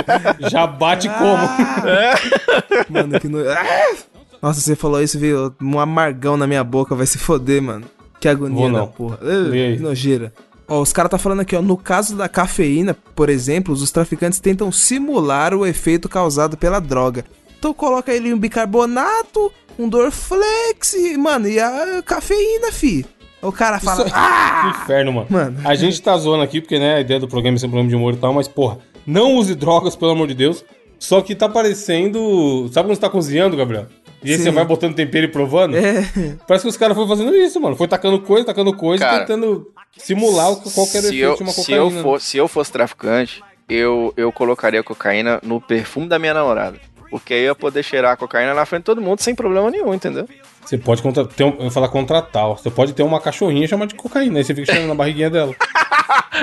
Speaker 1: Já bate como?
Speaker 4: Ah!
Speaker 1: É?
Speaker 4: Mano, que no... Ah! Nossa, você falou isso, veio um amargão na minha boca, vai se foder, mano. Que agonia
Speaker 1: Vou
Speaker 4: da
Speaker 1: não.
Speaker 4: porra.
Speaker 1: Lê aí.
Speaker 4: Ugh, que nojeira. Ó, os caras tá falando aqui, ó. No caso da cafeína, por exemplo, os traficantes tentam simular o efeito causado pela droga. Então coloca ele um bicarbonato, um Dorflex, e, mano, e a cafeína, fi. O cara fala.
Speaker 1: Isso-
Speaker 4: Ah!
Speaker 1: Que inferno, mano.
Speaker 4: Mano.
Speaker 1: A gente tá zoando aqui, porque, né, a ideia do programa é ser um programa de humor e tal, mas, porra, não use drogas, pelo amor de Deus. Só que tá parecendo... Sabe quando você tá cozinhando, Gabriel? E aí
Speaker 4: Sim.
Speaker 1: você vai botando tempero e provando?
Speaker 4: É.
Speaker 1: Parece que os caras foram fazendo isso, mano. Foi tacando coisa, tacando coisa,
Speaker 3: Cara,
Speaker 1: tentando simular o que- qual que era o
Speaker 3: se eu,
Speaker 1: efeito de uma
Speaker 3: se
Speaker 1: cocaína. né?
Speaker 3: eu fosse, se eu fosse traficante, eu, eu colocaria a cocaína no perfume da minha namorada. Porque aí eu ia poder cheirar a cocaína na frente de todo mundo sem problema nenhum, entendeu?
Speaker 1: Você pode contra... ter um... Eu ia falar contratar, ó. Você pode ter uma cachorrinha chamada de cocaína, aí você fica cheirando na barriguinha dela.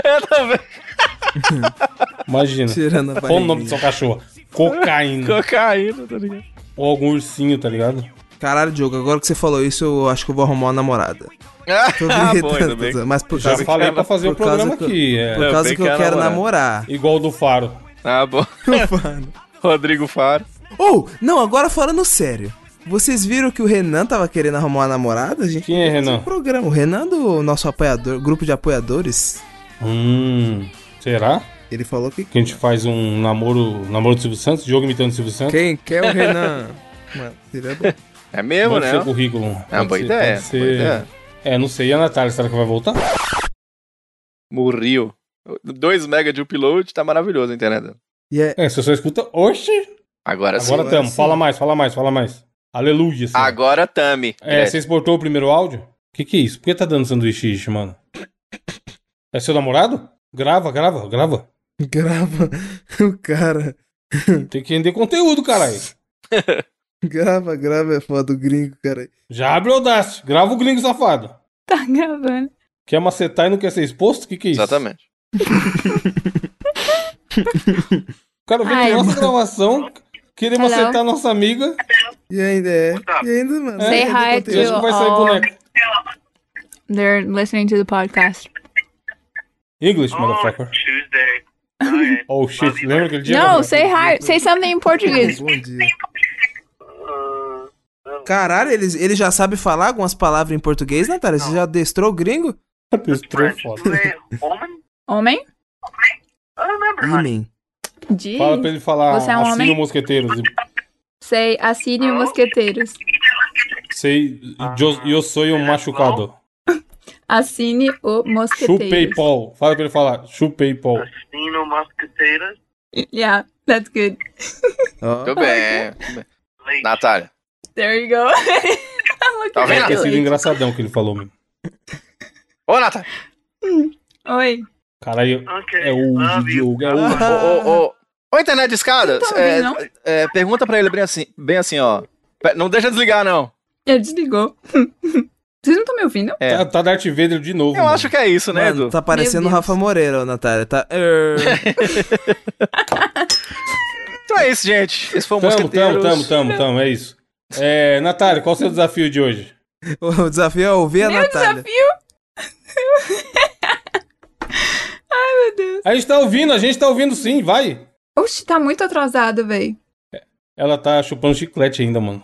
Speaker 3: Eu também.
Speaker 1: Imagina.
Speaker 4: Tirando a
Speaker 1: Qual o nome do
Speaker 4: barriguinha.
Speaker 1: seu cachorro? Cocaína.
Speaker 3: Cocaína, tá ligado?
Speaker 1: Ou algum ursinho, tá ligado?
Speaker 4: Caralho, Diogo, agora que você falou isso, eu acho que eu vou arrumar uma namorada. Tô
Speaker 3: Ah, bom, ainda
Speaker 4: brincando,
Speaker 3: bem.
Speaker 4: mas por
Speaker 1: Já
Speaker 4: causa que-
Speaker 1: falei pra
Speaker 3: é,
Speaker 1: fazer o
Speaker 4: por causa
Speaker 1: programa
Speaker 4: que-
Speaker 1: aqui. É...
Speaker 4: Por
Speaker 3: Eu
Speaker 4: causa
Speaker 3: bem
Speaker 4: que eu
Speaker 3: quero
Speaker 4: quero namorar.
Speaker 3: namorar.
Speaker 1: Igual o do faro.
Speaker 3: Ah, bom.
Speaker 4: Mano.
Speaker 3: Rodrigo Faro.
Speaker 4: Ou, não, agora falando sério. Vocês viram que o Renan tava querendo arrumar uma namorada? A gente
Speaker 1: Quem é,
Speaker 4: tem que fazer
Speaker 1: Renan?
Speaker 4: um programa. O Renan do nosso apoiador, grupo de apoiadores,
Speaker 1: Hum. Será?
Speaker 4: ele falou que.
Speaker 1: Que a gente faz um namoro. Namoro do Silvio Santos? Jogo imitando o Silvio Santos?
Speaker 4: Quem quer o Renan? Mano, seria bom.
Speaker 3: É mesmo,
Speaker 1: Pode
Speaker 3: né?
Speaker 1: ser currículo.
Speaker 3: É
Speaker 1: Pode
Speaker 3: uma boa
Speaker 1: ser,
Speaker 3: ideia.
Speaker 1: pode
Speaker 3: boa
Speaker 1: ser.
Speaker 3: ideia.
Speaker 1: É, não sei. E a Natália, será que vai voltar?
Speaker 3: Morreu. 2 mega de upload, tá maravilhoso a internet.
Speaker 4: E é-
Speaker 1: É, você só escuta. Oxi!
Speaker 3: Agora Assim, né?
Speaker 1: Agora tá.
Speaker 3: sim.
Speaker 4: agora
Speaker 1: tamo.
Speaker 4: sim.
Speaker 1: Fala mais, fala mais, fala mais. Aleluia. Senhor.
Speaker 3: Agora Tami.
Speaker 1: É, você exportou o primeiro áudio? Que que é isso? Por que tá dando sanduíche, ish, mano? É seu namorado? Grava, grava, grava.
Speaker 4: grava o cara.
Speaker 1: Tem que render conteúdo, caralho.
Speaker 4: Grava, grava, é foda o gringo, cara.
Speaker 1: Já abre o Audacity. Grava o gringo safado.
Speaker 2: Tá gravando.
Speaker 1: Quer macetar e não quer ser exposto? O que, que é isso?
Speaker 3: Exatamente.
Speaker 1: O cara veio
Speaker 2: Ai,
Speaker 1: na nossa gravação querer
Speaker 2: Hello.
Speaker 1: macetar a nossa amiga.
Speaker 4: E ainda é. E ainda, mano.
Speaker 1: Say
Speaker 4: ainda
Speaker 1: E
Speaker 2: hi
Speaker 4: tem
Speaker 1: acho
Speaker 4: conteúdo.
Speaker 1: que vai sair
Speaker 2: Oh.
Speaker 1: boneco.
Speaker 2: They're listening to the podcast.
Speaker 1: English, motherfucker.
Speaker 7: Tuesday. Alright.
Speaker 1: Oh shit, lembra aquele dia?
Speaker 2: No,
Speaker 1: mano?
Speaker 2: say hi. Say something in Portuguese.
Speaker 4: Bom dia. Caralho, eles, ele já sabe falar algumas palavras em português, Natália? Você já adestrou o gringo?
Speaker 1: Destrou foda.
Speaker 7: woman?
Speaker 2: Homem?
Speaker 7: I don't remember. honey.
Speaker 4: Imen.
Speaker 2: Diz.
Speaker 1: Fala pra ele falar
Speaker 2: Você é um
Speaker 1: assina
Speaker 2: homem?
Speaker 1: o Mosqueteiros. e
Speaker 2: Say assine mosqueteiros.
Speaker 1: Sei,
Speaker 3: Ah.
Speaker 1: eu, eu sou um machucado.
Speaker 2: Assine o
Speaker 1: Chupei
Speaker 2: mosqueteiros.
Speaker 1: Paul. Fala pra ele falar. Chupei Paul.
Speaker 7: Dino Muscatata.
Speaker 2: Yeah, that's good.
Speaker 4: Ó.
Speaker 3: Tudo bem. tudo bem.
Speaker 7: Late.
Speaker 3: Natália.
Speaker 2: There you go. Look
Speaker 3: Tá
Speaker 1: Deve
Speaker 3: vendo?
Speaker 1: ter sido
Speaker 2: it.
Speaker 1: engraçadão que ele falou, mano.
Speaker 3: Ô, Natália.
Speaker 2: Oi.
Speaker 1: Caralho,
Speaker 7: Okay.
Speaker 1: é
Speaker 3: Ah,
Speaker 1: o
Speaker 7: Love you.
Speaker 1: Diogo, é o...
Speaker 3: Ô, ô, ô. Ô, internet de escada.
Speaker 2: Ah. Não tá
Speaker 3: é,
Speaker 2: ouvindo, não?
Speaker 3: é, pergunta pra ele bem assim, bem assim, ó. Pe- Não deixa desligar, não.
Speaker 2: Ele É, desligou. Vocês não estão me ouvindo?
Speaker 3: É.
Speaker 1: Tá, tá Darth Vader de novo.
Speaker 3: Eu
Speaker 1: mano.
Speaker 3: acho que é isso, né,
Speaker 4: Mano,
Speaker 3: Edu?
Speaker 4: tá parecendo
Speaker 2: Meu
Speaker 4: o
Speaker 2: Deus.
Speaker 4: Rafa Moreira, ô, Natália. Tá. Er.
Speaker 3: Então é isso, gente. Esse foi o
Speaker 1: Tamo, tamo,
Speaker 3: Mosqueteiros.
Speaker 1: tamo, tamo, tamo, é isso. É, Natália, qual o seu desafio de hoje?
Speaker 4: o desafio é ouvir a
Speaker 2: Meu
Speaker 4: Natália.
Speaker 2: desafio. Ai, meu Deus.
Speaker 1: A gente tá ouvindo, a gente tá ouvindo sim, vai.
Speaker 2: Oxi, tá muito atrasado, véi.
Speaker 1: Ela tá chupando chiclete ainda, mano.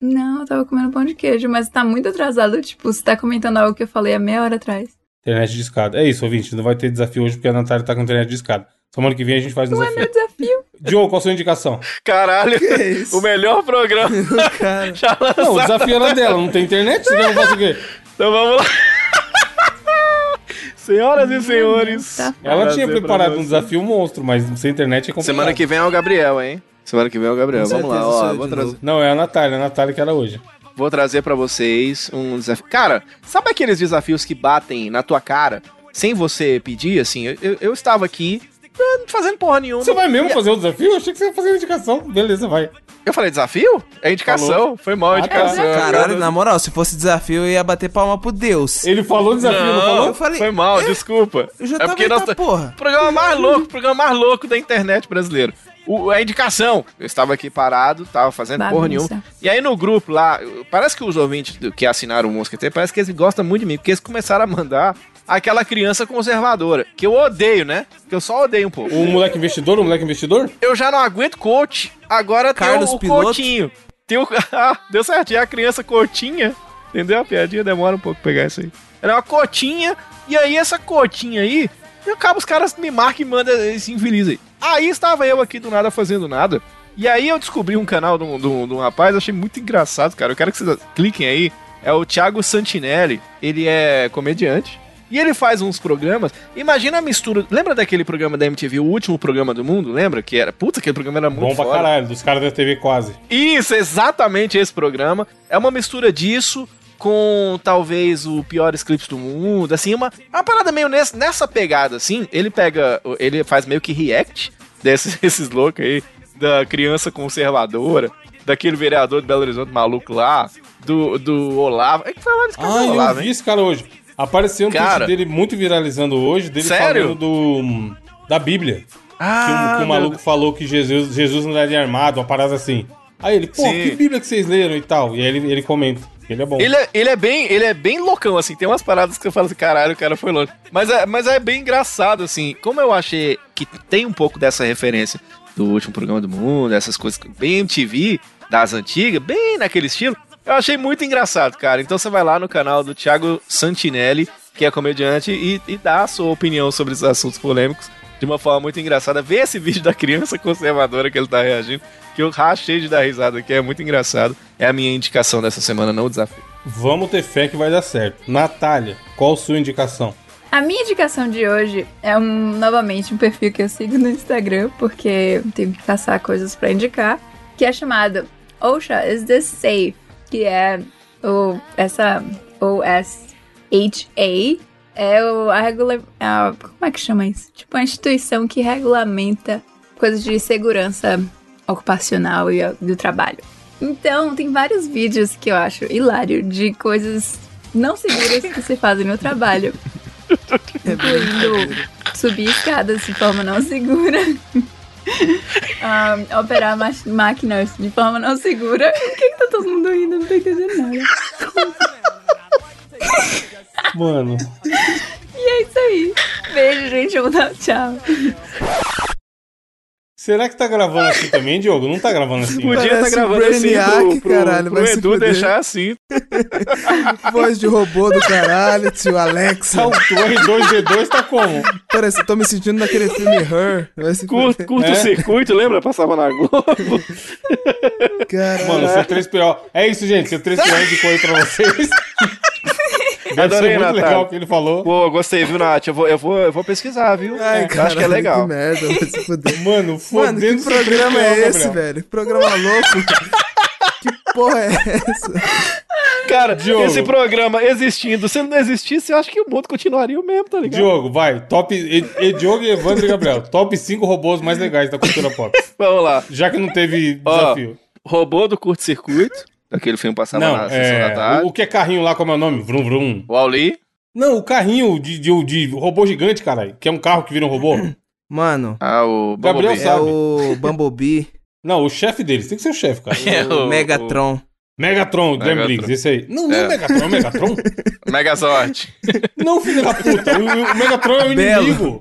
Speaker 2: Não, eu tava comendo pão de queijo, mas tá muito atrasado. Tipo, você tá comentando algo que eu falei há meia hora atrás.
Speaker 1: Internet de escada. É isso, ouvinte. Não vai ter desafio hoje porque a Natália tá com internet de escada. Semana que vem a gente faz um
Speaker 2: Não é meu
Speaker 1: desafio.
Speaker 2: desafio.
Speaker 1: Joe, qual a sua indicação?
Speaker 3: Caralho.
Speaker 4: Que
Speaker 2: é
Speaker 4: isso?
Speaker 3: O melhor programa Então
Speaker 4: Cara.
Speaker 3: já
Speaker 1: Não, o
Speaker 3: lançado.
Speaker 1: desafio era dela, não tem internet? Você quer que eu faça o quê?
Speaker 3: Então vamos lá. Senhoras e senhores.
Speaker 2: Tá.
Speaker 1: Ela
Speaker 3: Prazer
Speaker 1: tinha
Speaker 3: pra
Speaker 1: preparado um
Speaker 3: você.
Speaker 1: desafio monstro, mas sem internet é complicado.
Speaker 3: Semana que vem é o Gabriel, hein? Semana que vem é o Gabriel.
Speaker 4: Com
Speaker 3: Vamos lá,
Speaker 4: certeza sou
Speaker 3: ó.
Speaker 4: eu
Speaker 3: Vou
Speaker 4: de
Speaker 3: trazer,
Speaker 4: novo.
Speaker 1: Não, é a Natália, a Natália que era hoje.
Speaker 3: vou trazer pra vocês um desafio. Cara, sabe aqueles desafios que batem na tua cara sem você pedir? Assim, eu, eu- eu estava aqui eh, não fazendo porra nenhuma.
Speaker 1: Você vai mesmo
Speaker 3: E-
Speaker 1: fazer o desafio? Eu achei que você ia fazer a indicação. Beleza, vai.
Speaker 3: Eu falei desafio? É indicação.
Speaker 1: Falou.
Speaker 3: Foi mal a
Speaker 1: Ah, tá.
Speaker 3: indicação.
Speaker 4: Caralho, na moral, se fosse desafio, eu ia bater palma pro Deus.
Speaker 1: Ele falou o desafio, não,
Speaker 3: Não,
Speaker 1: falou?
Speaker 4: Eu falei-
Speaker 3: foi mal, desculpa.
Speaker 4: Eu já
Speaker 3: é
Speaker 4: tava
Speaker 3: porque
Speaker 4: aí
Speaker 3: nós,
Speaker 4: tá porra.
Speaker 3: O programa mais louco, o programa mais louco da internet brasileira. O, a indicação. Eu estava aqui parado, tava fazendo porra nenhuma.
Speaker 2: Bagunça.
Speaker 3: E aí no grupo lá, eu- parece que os ouvintes do- que assinaram o Mosqueteiro, parece que eles gostam muito de mim, porque eles começaram a mandar aquela criança conservadora, que eu odeio, né? Que eu só odeio um pouco.
Speaker 1: O moleque investidor, o moleque investidor?
Speaker 3: Eu já não aguento coach, agora
Speaker 4: Carlos
Speaker 3: tem o, o
Speaker 4: Piloto.
Speaker 3: Coutinho. Tem o, ah, deu certinho, a criança cotinha, entendeu? A piadinha demora um pouco pra pegar isso aí. Era uma cotinha, e aí essa cotinha aí, e acaba os caras me marcam e mandam esse infeliz aí. Aí estava eu aqui do nada fazendo nada, e aí eu descobri um canal de um, de um- de um rapaz, achei muito engraçado, cara. Eu quero que vocês cliquem aí. É o Thiago Santinelli. Ele é comediante. E ele faz uns programas. Imagina a mistura. Lembra daquele programa da MTV, o último programa do mundo? Lembra? Que era. Puta, aquele programa era muito
Speaker 1: Bom pra
Speaker 3: foda.
Speaker 1: caralho, dos caras da TV quase.
Speaker 3: Isso, exatamente esse programa. É uma mistura disso com talvez o pior script do mundo, assim, uma, uma parada meio nessa, nessa pegada, assim. Ele pega, ele faz meio que react desses, desses loucos aí, da criança conservadora, daquele vereador de Belo Horizonte maluco lá, do, do Olavo. É que foi lá desse cara do
Speaker 1: Ah, eu
Speaker 3: Olavo,
Speaker 1: vi
Speaker 3: hein?
Speaker 1: esse cara hoje. Apareceu um
Speaker 3: Cara.
Speaker 1: tweet dele muito viralizando hoje, dele
Speaker 3: Sério?
Speaker 1: falando do. Da Bíblia. Que, um- que o
Speaker 3: Ah, meu
Speaker 1: maluco
Speaker 3: Deus.
Speaker 1: falou que Jesus, Jesus não daria armado, uma parada assim. Aí ele, pô,
Speaker 3: Sim.
Speaker 1: que Bíblia que vocês leram e tal? E aí ele, ele comenta. Ele é bom.
Speaker 3: Ele é, ele é bem, ele é bem loucão, assim. Tem umas paradas que eu falo assim, caralho, o cara foi longe. Mas é, mas é bem engraçado, assim. Como eu achei que tem um pouco dessa referência do último programa do mundo, essas coisas que- bem MTV, das antigas, bem naquele estilo, eu achei muito engraçado, cara. Então você vai lá no canal do Thiago Santinelli, que é comediante, e, e dá a sua opinião sobre esses assuntos polêmicos de uma forma muito engraçada. Vê esse vídeo da criança conservadora que ele tá reagindo, que eu rachei de dar risada aqui, é muito engraçado. É a minha indicação dessa semana, não o desafio.
Speaker 1: Vamos ter fé que vai dar certo. Natália, qual sua indicação?
Speaker 2: A minha indicação de hoje é um, novamente um perfil que eu sigo no Instagram, porque eu tenho que caçar coisas pra indicar, que é chamado OSHA Is This Safe? Que é o, essa OSHA, é o, a regula... a- como é que chama isso? Tipo, a instituição que regulamenta coisas de segurança ocupacional e ó, do trabalho. Então, tem vários vídeos que eu acho hilário de coisas não seguras que se fazem no trabalho. Incluindo subir escadas de forma não segura. ah, operar ma- máquinas de forma não segura. Por que, que tá todo mundo rindo? Eu Não tô entendendo nada.
Speaker 1: Mano.
Speaker 2: E é isso aí. Beijo, gente. Eu vou dar tchau.
Speaker 1: Será que tá gravando assim também, Diogo? Não tá gravando assim. né?
Speaker 4: Podia
Speaker 6: Podia
Speaker 4: Parece
Speaker 6: tá gravando assim
Speaker 4: Brainiac,
Speaker 6: pro, pro,
Speaker 4: caralho, vai
Speaker 6: pro
Speaker 4: se
Speaker 6: Edu
Speaker 4: fuder.
Speaker 6: deixar assim.
Speaker 4: Voz de robô do caralho, tio Alex.
Speaker 1: Tá o R2D2 tá como?
Speaker 4: Parece, eu tô me sentindo naquele filme Her. Vai se
Speaker 6: Curto,
Speaker 4: fuder.
Speaker 6: curto
Speaker 1: É.
Speaker 6: circuito, lembra? Passava na Globo.
Speaker 4: Caralho.
Speaker 1: Mano, seu 3PO. É isso, gente. Seu 3PO indicou aí pra vocês. Deve
Speaker 6: Adorei,
Speaker 1: ser muito
Speaker 6: Natália.
Speaker 1: legal o que ele falou.
Speaker 6: Pô, gostei, viu, Nath? Eu vou, eu vou, eu vou pesquisar, viu?
Speaker 4: Ai,
Speaker 6: Eu acho que é
Speaker 4: caralho,
Speaker 6: legal.
Speaker 4: merda, vai se fuder.
Speaker 1: Mano,
Speaker 4: Mano,
Speaker 1: fodendo
Speaker 4: que
Speaker 1: seu 3PO,
Speaker 4: programa é esse,
Speaker 1: Gabriel.
Speaker 4: velho? Que programa louco. que porra é essa?
Speaker 6: Cara,
Speaker 1: Diogo.
Speaker 6: esse programa existindo, se não existisse, eu acho que o mundo continuaria o mesmo, tá ligado?
Speaker 1: Diogo, vai. Top. E, e Diogo, Evandro e Gabriel. Top 5 robôs mais legais da cultura pop.
Speaker 6: Vamos lá.
Speaker 1: Já que não teve
Speaker 6: Ó,
Speaker 1: desafio.
Speaker 6: Robô do curto-circuito. Aquele filme passava
Speaker 1: não,
Speaker 6: na sessão da
Speaker 1: é,
Speaker 6: tarde.
Speaker 1: o, o que é carrinho lá, como é o nome? Vrum, vrum.
Speaker 6: O Auli.
Speaker 1: Não, o carrinho de, de, de robô gigante, caralho. Que é um carro que vira um robô.
Speaker 4: Mano,
Speaker 6: Ah, o
Speaker 1: Gabriel
Speaker 6: Bumblebee.
Speaker 4: é
Speaker 1: Sabe.
Speaker 4: o Bumblebee,
Speaker 1: Não, o chefe deles. Tem que ser o chefe, cara.
Speaker 6: É,
Speaker 4: o Megatron.
Speaker 1: Megatron, Dan
Speaker 6: Megatron.
Speaker 1: Briggs, esse aí. Não, não é,
Speaker 6: É.
Speaker 1: Megatron, é o Megatron?
Speaker 6: Megazord.
Speaker 1: Não, filho da puta. O, o Megatron é o
Speaker 4: Belo.
Speaker 1: inimigo.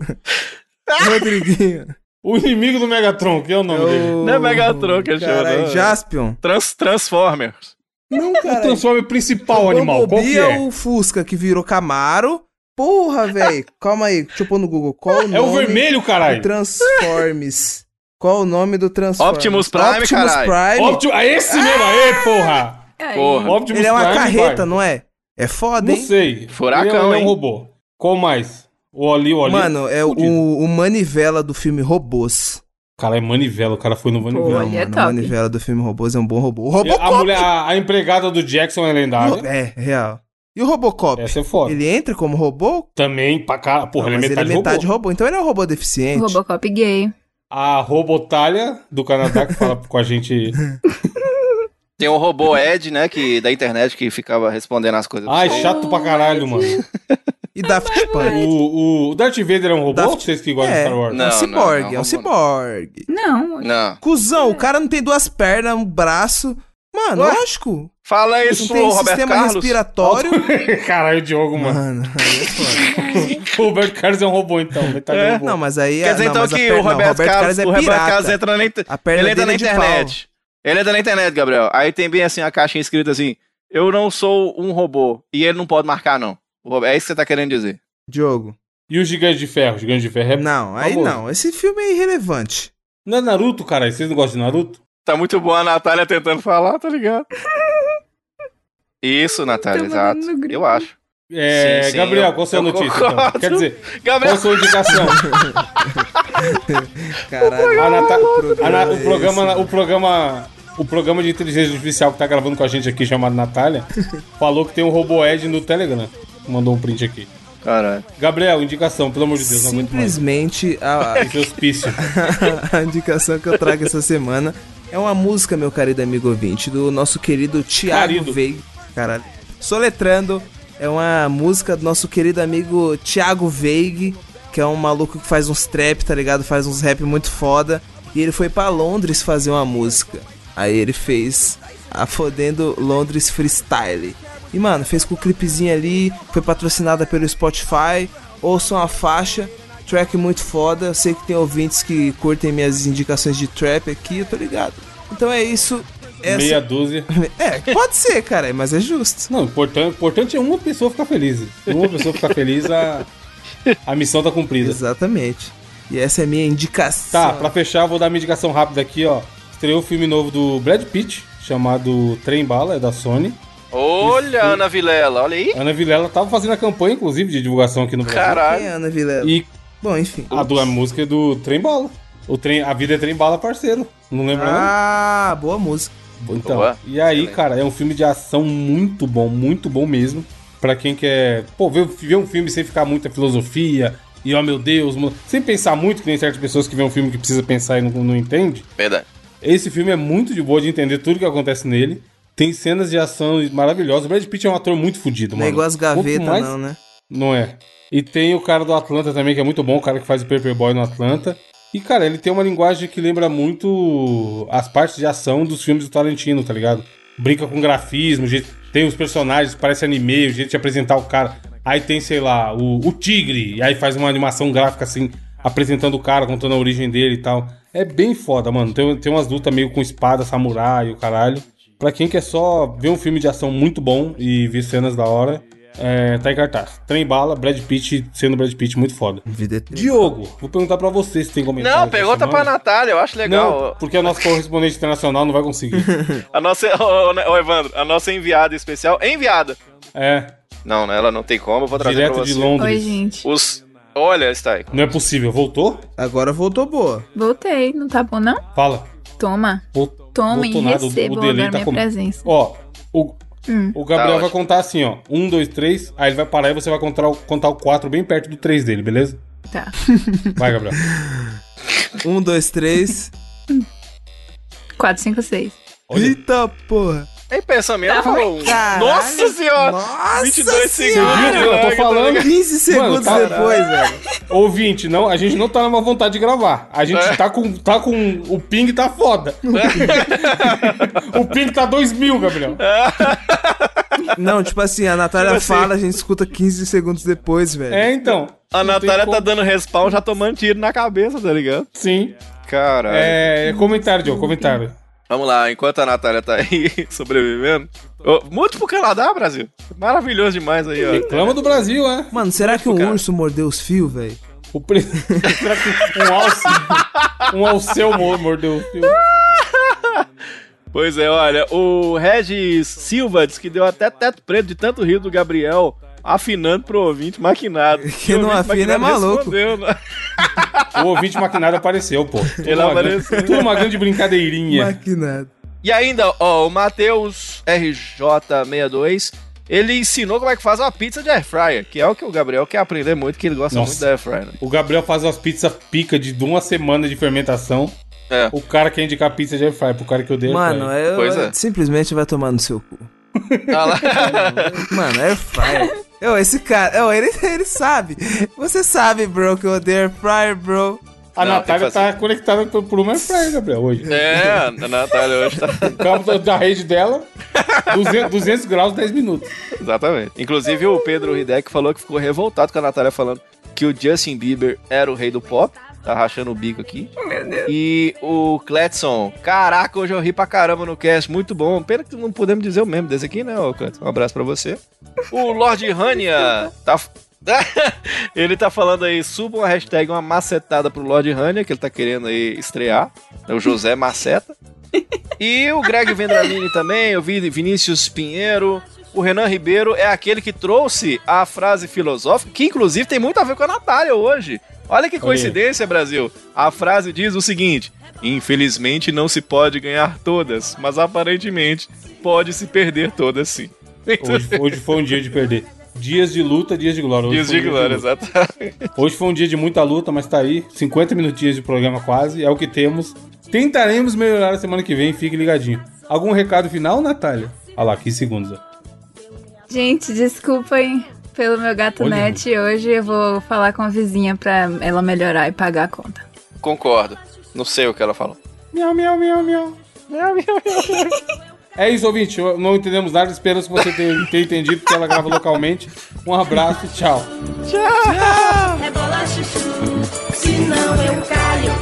Speaker 4: Rodriguinho.
Speaker 1: O inimigo do Megatron, que é o nome dele.
Speaker 6: Não é Megatron que ele chama,
Speaker 4: Caralho,
Speaker 6: não.
Speaker 4: Jaspion.
Speaker 6: Trans Transformers.
Speaker 4: Não,
Speaker 1: O Transformer principal, um animal. Qual
Speaker 4: Bumblebee
Speaker 1: que
Speaker 4: é
Speaker 1: é?
Speaker 4: o Fusca que virou Camaro. Porra, velho. Calma aí, deixa eu pôr no Google. Qual o nome
Speaker 1: É o vermelho,
Speaker 4: do
Speaker 1: caralho.
Speaker 4: Transforms? Qual o nome do Transformers?
Speaker 6: Optimus Prime,
Speaker 4: Optimus
Speaker 6: caralho.
Speaker 4: Prime.
Speaker 1: Opti- Ah, esse mesmo, aê, porra.
Speaker 2: Ai,
Speaker 6: Porra.
Speaker 1: Optimus
Speaker 4: Ele é uma
Speaker 1: Prime,
Speaker 4: carreta,
Speaker 1: vai.
Speaker 4: não é? É foda,
Speaker 1: Não
Speaker 4: hein?
Speaker 1: sei.
Speaker 6: Furacão,
Speaker 1: Ele é um
Speaker 6: hein?
Speaker 1: robô. Qual mais? O ali, o ali.
Speaker 4: Mano, é o, o Manivela do filme Robôs.
Speaker 1: Cara, é manivela. O cara foi no
Speaker 2: Pô,
Speaker 1: manivela.
Speaker 2: ele é
Speaker 4: mano,
Speaker 2: top.
Speaker 4: O Manivela do filme Robôs é um bom robô. O
Speaker 1: E a,
Speaker 4: Robocop!
Speaker 1: mulher, a, a empregada do Jackson é lendária.
Speaker 4: É, real. E o Robocop?
Speaker 1: Essa é foda.
Speaker 4: Ele entra como robô?
Speaker 1: Também, pra cara. Porra, ele
Speaker 4: Não,
Speaker 1: é
Speaker 4: mas
Speaker 1: metade,
Speaker 4: ele é metade
Speaker 1: robô.
Speaker 4: robô. Então ele é um robô deficiente.
Speaker 2: Robocop gay.
Speaker 1: A Robotalha do Canadá que fala com a gente.
Speaker 3: Tem um robô Ed, né, que, da internet que ficava respondendo as coisas.
Speaker 1: Ai, Ah, é chato pra caralho, mano.
Speaker 4: E Daft Punk.
Speaker 1: O, o Darth Vader é um robô?
Speaker 4: Daft-
Speaker 1: Vocês que gostam de
Speaker 4: É.
Speaker 1: Star Wars.
Speaker 4: É um
Speaker 3: Não,
Speaker 4: ciborgue,
Speaker 3: não,
Speaker 4: é
Speaker 3: não,
Speaker 4: um
Speaker 3: não.
Speaker 4: ciborgue.
Speaker 2: Não,
Speaker 3: Não.
Speaker 4: Cuzão, o cara não tem duas pernas, um braço. Mano,
Speaker 3: Ué?
Speaker 4: lógico.
Speaker 3: Fala
Speaker 4: Não
Speaker 3: isso pro
Speaker 1: é
Speaker 4: tem
Speaker 3: Roberto
Speaker 4: sistema
Speaker 3: Carlos.
Speaker 4: respiratório.
Speaker 1: Caralho, Diogo, mano.
Speaker 4: Mano, aí é foda.
Speaker 1: O Roberto Carlos é um robô, então. Metade
Speaker 6: É,
Speaker 1: é, robô.
Speaker 4: Não, mas aí...
Speaker 3: Quer dizer,
Speaker 4: não,
Speaker 3: então,
Speaker 4: mas a
Speaker 3: que
Speaker 4: perna-
Speaker 3: o
Speaker 4: não,
Speaker 3: Roberto, Carlos, o
Speaker 4: é
Speaker 3: Roberto
Speaker 4: pirata.
Speaker 3: Carlos entra na, inter-
Speaker 4: A perna
Speaker 3: ele entra
Speaker 4: dele
Speaker 3: na
Speaker 4: é de
Speaker 3: internet. Ele entra na internet, Gabriel. Aí tem bem assim a caixinha escrita assim: Eu não sou um robô. E ele não pode marcar, não. O robô- É isso que você tá querendo dizer.
Speaker 4: Diogo.
Speaker 1: E o Gigante de Ferro? O Gigante de Ferro é...
Speaker 4: Não, aí
Speaker 1: famoso.
Speaker 4: não. Esse filme é irrelevante.
Speaker 1: Não é Naruto, caralho? Vocês não gostam de Naruto?
Speaker 6: Tá muito boa a Natália tentando falar, tá ligado?
Speaker 3: Isso, Natália,
Speaker 2: Tá
Speaker 3: exato.
Speaker 2: mandando no grupo.
Speaker 3: Eu acho.
Speaker 1: É,
Speaker 3: Sim, sim,
Speaker 1: Gabriel,
Speaker 3: eu-
Speaker 1: qual a sua
Speaker 6: eu
Speaker 1: notícia?
Speaker 6: concordo.
Speaker 1: Então? Quer dizer, qual a
Speaker 6: Gabriel,
Speaker 1: sua indicação?
Speaker 4: Caralho.
Speaker 1: A Nata-
Speaker 4: programa
Speaker 1: a Na- o,
Speaker 4: é
Speaker 1: programa, o programa. O programa de inteligência artificial que tá gravando com a gente aqui, chamado Natália, falou que tem um robô Ed no Telegram. Mandou um print aqui.
Speaker 3: Caralho.
Speaker 1: Gabriel, indicação, pelo amor de Deus, é não aguento mais.
Speaker 4: Simplesmente a,
Speaker 1: Esse hospício.
Speaker 4: a indicação que eu trago essa semana é uma música, meu querido amigo ouvinte, do nosso querido Thiago
Speaker 1: Querido.
Speaker 4: Veiga. Caralho. Soletrando é uma música do nosso querido amigo Thiago Veig, que é um maluco que faz uns trap, tá ligado? Faz uns rap muito foda. E ele foi pra Londres fazer uma música. Aí ele fez a fodendo Londres Freestyle. E mano, fez com o clipezinho ali, foi patrocinada pelo Spotify, ouçam a faixa track muito foda. Eu sei que tem ouvintes que curtem minhas indicações de trap aqui, eu tô ligado. Então é isso. Essa-
Speaker 1: Meia dúzia.
Speaker 4: É, pode ser, cara, mas é justo.
Speaker 1: Não, o importante, o importante é uma pessoa ficar feliz. Uma pessoa ficar feliz, a, a missão tá cumprida.
Speaker 4: Exatamente. E essa é a minha indicação.
Speaker 1: Tá, pra fechar, vou dar minha indicação rápida aqui, ó. Estreou o filme novo do Brad Pitt, chamado Trem Bala, é da Sony.
Speaker 3: Olha, Ana Vilela, olha aí.
Speaker 1: Ana Vilela tava fazendo a campanha, inclusive, de divulgação aqui no Brasil.
Speaker 4: Quem
Speaker 3: Caralho.
Speaker 4: é Ana Vilela?
Speaker 1: E
Speaker 4: Bom, enfim.
Speaker 1: a, do, a música é do Trem Bala. O trem, a vida é Trem Bala, parceiro. Não lembro nada?
Speaker 4: Ah, boa música.
Speaker 1: Então,
Speaker 3: boa.
Speaker 1: e aí,
Speaker 3: Excelente.
Speaker 1: cara, é um filme de ação muito bom, muito bom mesmo. Pra quem quer, pô, ver, ver um filme sem ficar muita filosofia e, ó, meu Deus, mano, sem pensar muito, que tem certas pessoas que vê um filme que precisa pensar e não, não entende.
Speaker 3: Verdade.
Speaker 1: Esse filme é muito de boa de entender tudo que acontece nele. Tem cenas de ação maravilhosas. O Brad Pitt é um ator muito fodido,
Speaker 4: Não
Speaker 1: mano.
Speaker 4: é igual as
Speaker 1: Quanto
Speaker 4: gavetas,
Speaker 1: Um mais-
Speaker 4: não, né?
Speaker 1: Não é. E tem o cara do Atlanta também, que é muito bom, o cara que faz o Paperboy no Atlanta. E, cara, ele tem uma linguagem que lembra muito as partes de ação dos filmes do Tarantino, tá ligado? Brinca com grafismo, jeito- tem os personagens, parece anime, o jeito de apresentar o cara. Aí tem, sei lá, o, o Tigre, e aí faz uma animação gráfica assim, apresentando o cara, contando a origem dele e tal. É bem foda, mano. Tem, tem umas lutas meio com espada, samurai e o caralho. Pra quem quer só ver um filme de ação muito bom e ver cenas da hora, é, tá em cartaz. Trem bala, Brad Pitt sendo Brad Pitt muito foda.
Speaker 4: Vida é tri-
Speaker 1: Diogo, vou perguntar pra você se tem comentário.
Speaker 3: Não, pergunta pra Natália, eu acho
Speaker 1: Não,
Speaker 3: legal.
Speaker 1: porque o nosso correspondente internacional não vai conseguir.
Speaker 3: A nossa. Ô, ô, ô, Evandro, a nossa enviada especial. Enviada!
Speaker 1: É,
Speaker 3: Não, né, ela não tem como, eu vou trazer
Speaker 1: direto
Speaker 3: pra
Speaker 1: de
Speaker 3: você.
Speaker 2: Oi,
Speaker 1: Londres.
Speaker 2: gente.
Speaker 3: Os. Olha, está aí.
Speaker 1: Não é possível. Voltou?
Speaker 4: Agora voltou boa.
Speaker 2: Voltei, não tá bom, não?
Speaker 1: Fala.
Speaker 2: Toma.
Speaker 1: Voltou.
Speaker 2: Tomem e
Speaker 1: Voltou nada, o- o
Speaker 2: recebam
Speaker 1: delay
Speaker 2: agora
Speaker 1: tá
Speaker 2: minha
Speaker 1: com-
Speaker 2: presença.
Speaker 1: Ó, o,
Speaker 2: Hum.
Speaker 1: o Gabriel
Speaker 3: Tá
Speaker 1: vai
Speaker 3: ótimo.
Speaker 1: contar assim, ó. Um, dois, três. Aí ele vai parar e você vai contar o, contar o quatro bem perto do três dele, beleza?
Speaker 2: Tá.
Speaker 1: Vai, Gabriel.
Speaker 4: Um, dois, três.
Speaker 2: 4, 5, 6.
Speaker 1: Olha.
Speaker 4: Eita porra!
Speaker 3: Em pensamento, falou. um.
Speaker 4: Tá Caralho.
Speaker 3: Nossa
Speaker 1: Ah,
Speaker 3: senhora!
Speaker 4: Nossa
Speaker 3: 22
Speaker 4: senhora!
Speaker 3: segundos. né?
Speaker 1: Viu o que eu tô
Speaker 3: Caraca,
Speaker 1: falando?
Speaker 4: 15 segundos
Speaker 1: caralho.
Speaker 4: depois, velho.
Speaker 1: Ouvinte, não, a gente não tá numa vontade de gravar. A gente
Speaker 3: É.
Speaker 1: tá com. tá com. O ping tá foda. o ping tá 2 mil, Gabriel.
Speaker 3: É.
Speaker 4: Não, tipo assim, a Natália fala, a gente escuta 15 segundos depois, velho.
Speaker 1: É, então.
Speaker 3: A
Speaker 1: Não tem
Speaker 3: Natália
Speaker 1: como-
Speaker 3: tá dando respawn, já tomando tiro na cabeça, tá ligado?
Speaker 1: Sim.
Speaker 3: Caralho.
Speaker 1: É, comentário, Diogo, comentário.
Speaker 3: Vamos lá, enquanto a Natália tá aí sobrevivendo. Ô, Mude pro Canadá, Brasil. Maravilhoso demais aí, ó.
Speaker 1: Reclama do Brasil, é.
Speaker 4: Mano, será que um
Speaker 3: cara.
Speaker 4: urso mordeu os fios, velho?
Speaker 1: O pre... Será que um alce. Um alceu mo- mordeu o fio.
Speaker 3: Pois é, olha, o Regis Silva disse que deu até teto preto de tanto rir do Gabriel afinando pro ouvinte maquinado.
Speaker 4: Quem
Speaker 3: O
Speaker 4: não
Speaker 3: ouvinte
Speaker 4: afina é
Speaker 3: maquinado
Speaker 4: maluco.
Speaker 3: respondeu, né?
Speaker 1: O ouvinte maquinado apareceu, pô. Tudo
Speaker 3: Ele
Speaker 1: uma
Speaker 3: apareceu.
Speaker 1: grande- Tudo uma grande brincadeirinha.
Speaker 4: Maquinado.
Speaker 3: E ainda, ó, o Matheus RJ62, ele ensinou como é que faz uma pizza de air fryer, que é o que o Gabriel quer aprender muito, que ele gosta
Speaker 1: Nossa.
Speaker 3: muito da air fryer. Né?
Speaker 1: O Gabriel faz umas pizzas pica de de uma semana de fermentação.
Speaker 3: É.
Speaker 1: O cara quer indicar pizza de air fry pro cara que eu dei.
Speaker 4: Mano, eu,
Speaker 3: Pois é.
Speaker 4: simplesmente vai tomar no seu cu.
Speaker 3: Tá lá.
Speaker 4: Mano, air fryer. Ô, esse cara, ô, ele, ele sabe. Você sabe, bro, que eu odeio air fryer, bro.
Speaker 1: A
Speaker 3: Não,
Speaker 1: Natália
Speaker 3: tem que fazer.
Speaker 1: tá conectada por por uma airfryer, Gabriel, hoje.
Speaker 3: é, a Natália hoje tá.
Speaker 1: O cabo da- da rede dela, 200, 200 graus, 10 minutos.
Speaker 3: Exatamente. Inclusive, o Pedro Hideck falou que ficou revoltado com a Natália falando que o Justin Bieber era o rei do pop. Tá rachando o bico aqui. Oh, Meu Deus. E o Cletson. Caraca, hoje eu ri pra caramba no cast. Muito bom. Pena que não podemos dizer o mesmo desse aqui, né, ô Cletson? Um abraço pra você. O Lorde Rania. Tá. ele tá falando aí, suba uma hashtag, uma macetada pro Lorde Rania, que ele tá querendo aí estrear. É o José Maceta. E o Greg Vendramini também, o Vin- Vinícius Pinheiro. O Renan Ribeiro é aquele que trouxe a frase filosófica, que inclusive tem muito a ver com a Natália hoje. Olha que coincidência, Brasil. A frase diz o seguinte: Infelizmente não se pode ganhar todas, mas aparentemente pode se perder todas sim. Então,
Speaker 1: Hoje, hoje foi um dia de perder. Dias de luta, dias de glória. Hoje
Speaker 3: Diz
Speaker 1: foi um
Speaker 3: de
Speaker 1: dia
Speaker 3: glória,
Speaker 1: luta.
Speaker 3: exato.
Speaker 1: Hoje foi um dia de muita luta, mas tá aí. 50 minutinhos de programa quase, é o que temos. Tentaremos melhorar a semana que vem, fique ligadinho. Algum recado final, Natália? Olha lá, 15 segundos. ó.
Speaker 2: Gente, desculpem pelo meu gato
Speaker 1: Olha.
Speaker 2: net. Hoje eu vou falar com a vizinha pra ela melhorar e pagar a conta.
Speaker 3: Concordo. Não sei o que ela falou.
Speaker 1: Miau, miau, miau, miau. Miau, miau, miau. É isso, ouvinte. Não entendemos nada. Esperamos que você tenha, tenha entendido que ela grava localmente. Um abraço, tchau.
Speaker 8: Rebola chuchu, se não eu caio.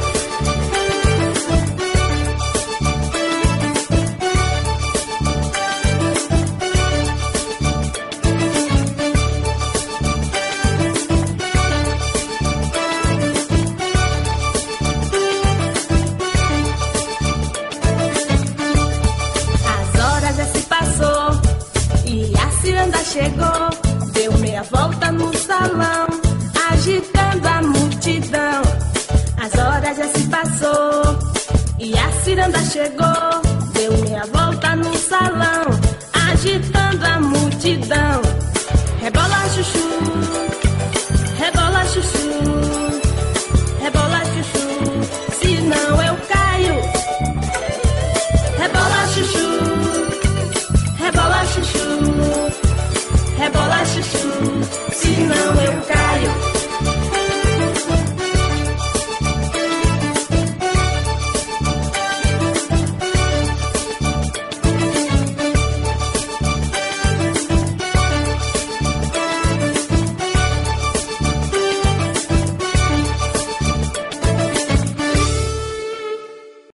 Speaker 8: As horas já se passou e a ciranda chegou. Deu meia volta no salão, agitando a multidão. As horas já se passou e a ciranda chegou. Deu meia volta no salão, agitando a multidão. Rebola chuchu, rebola chuchu, rebola chuchu. Se não eu caio. É É não, eu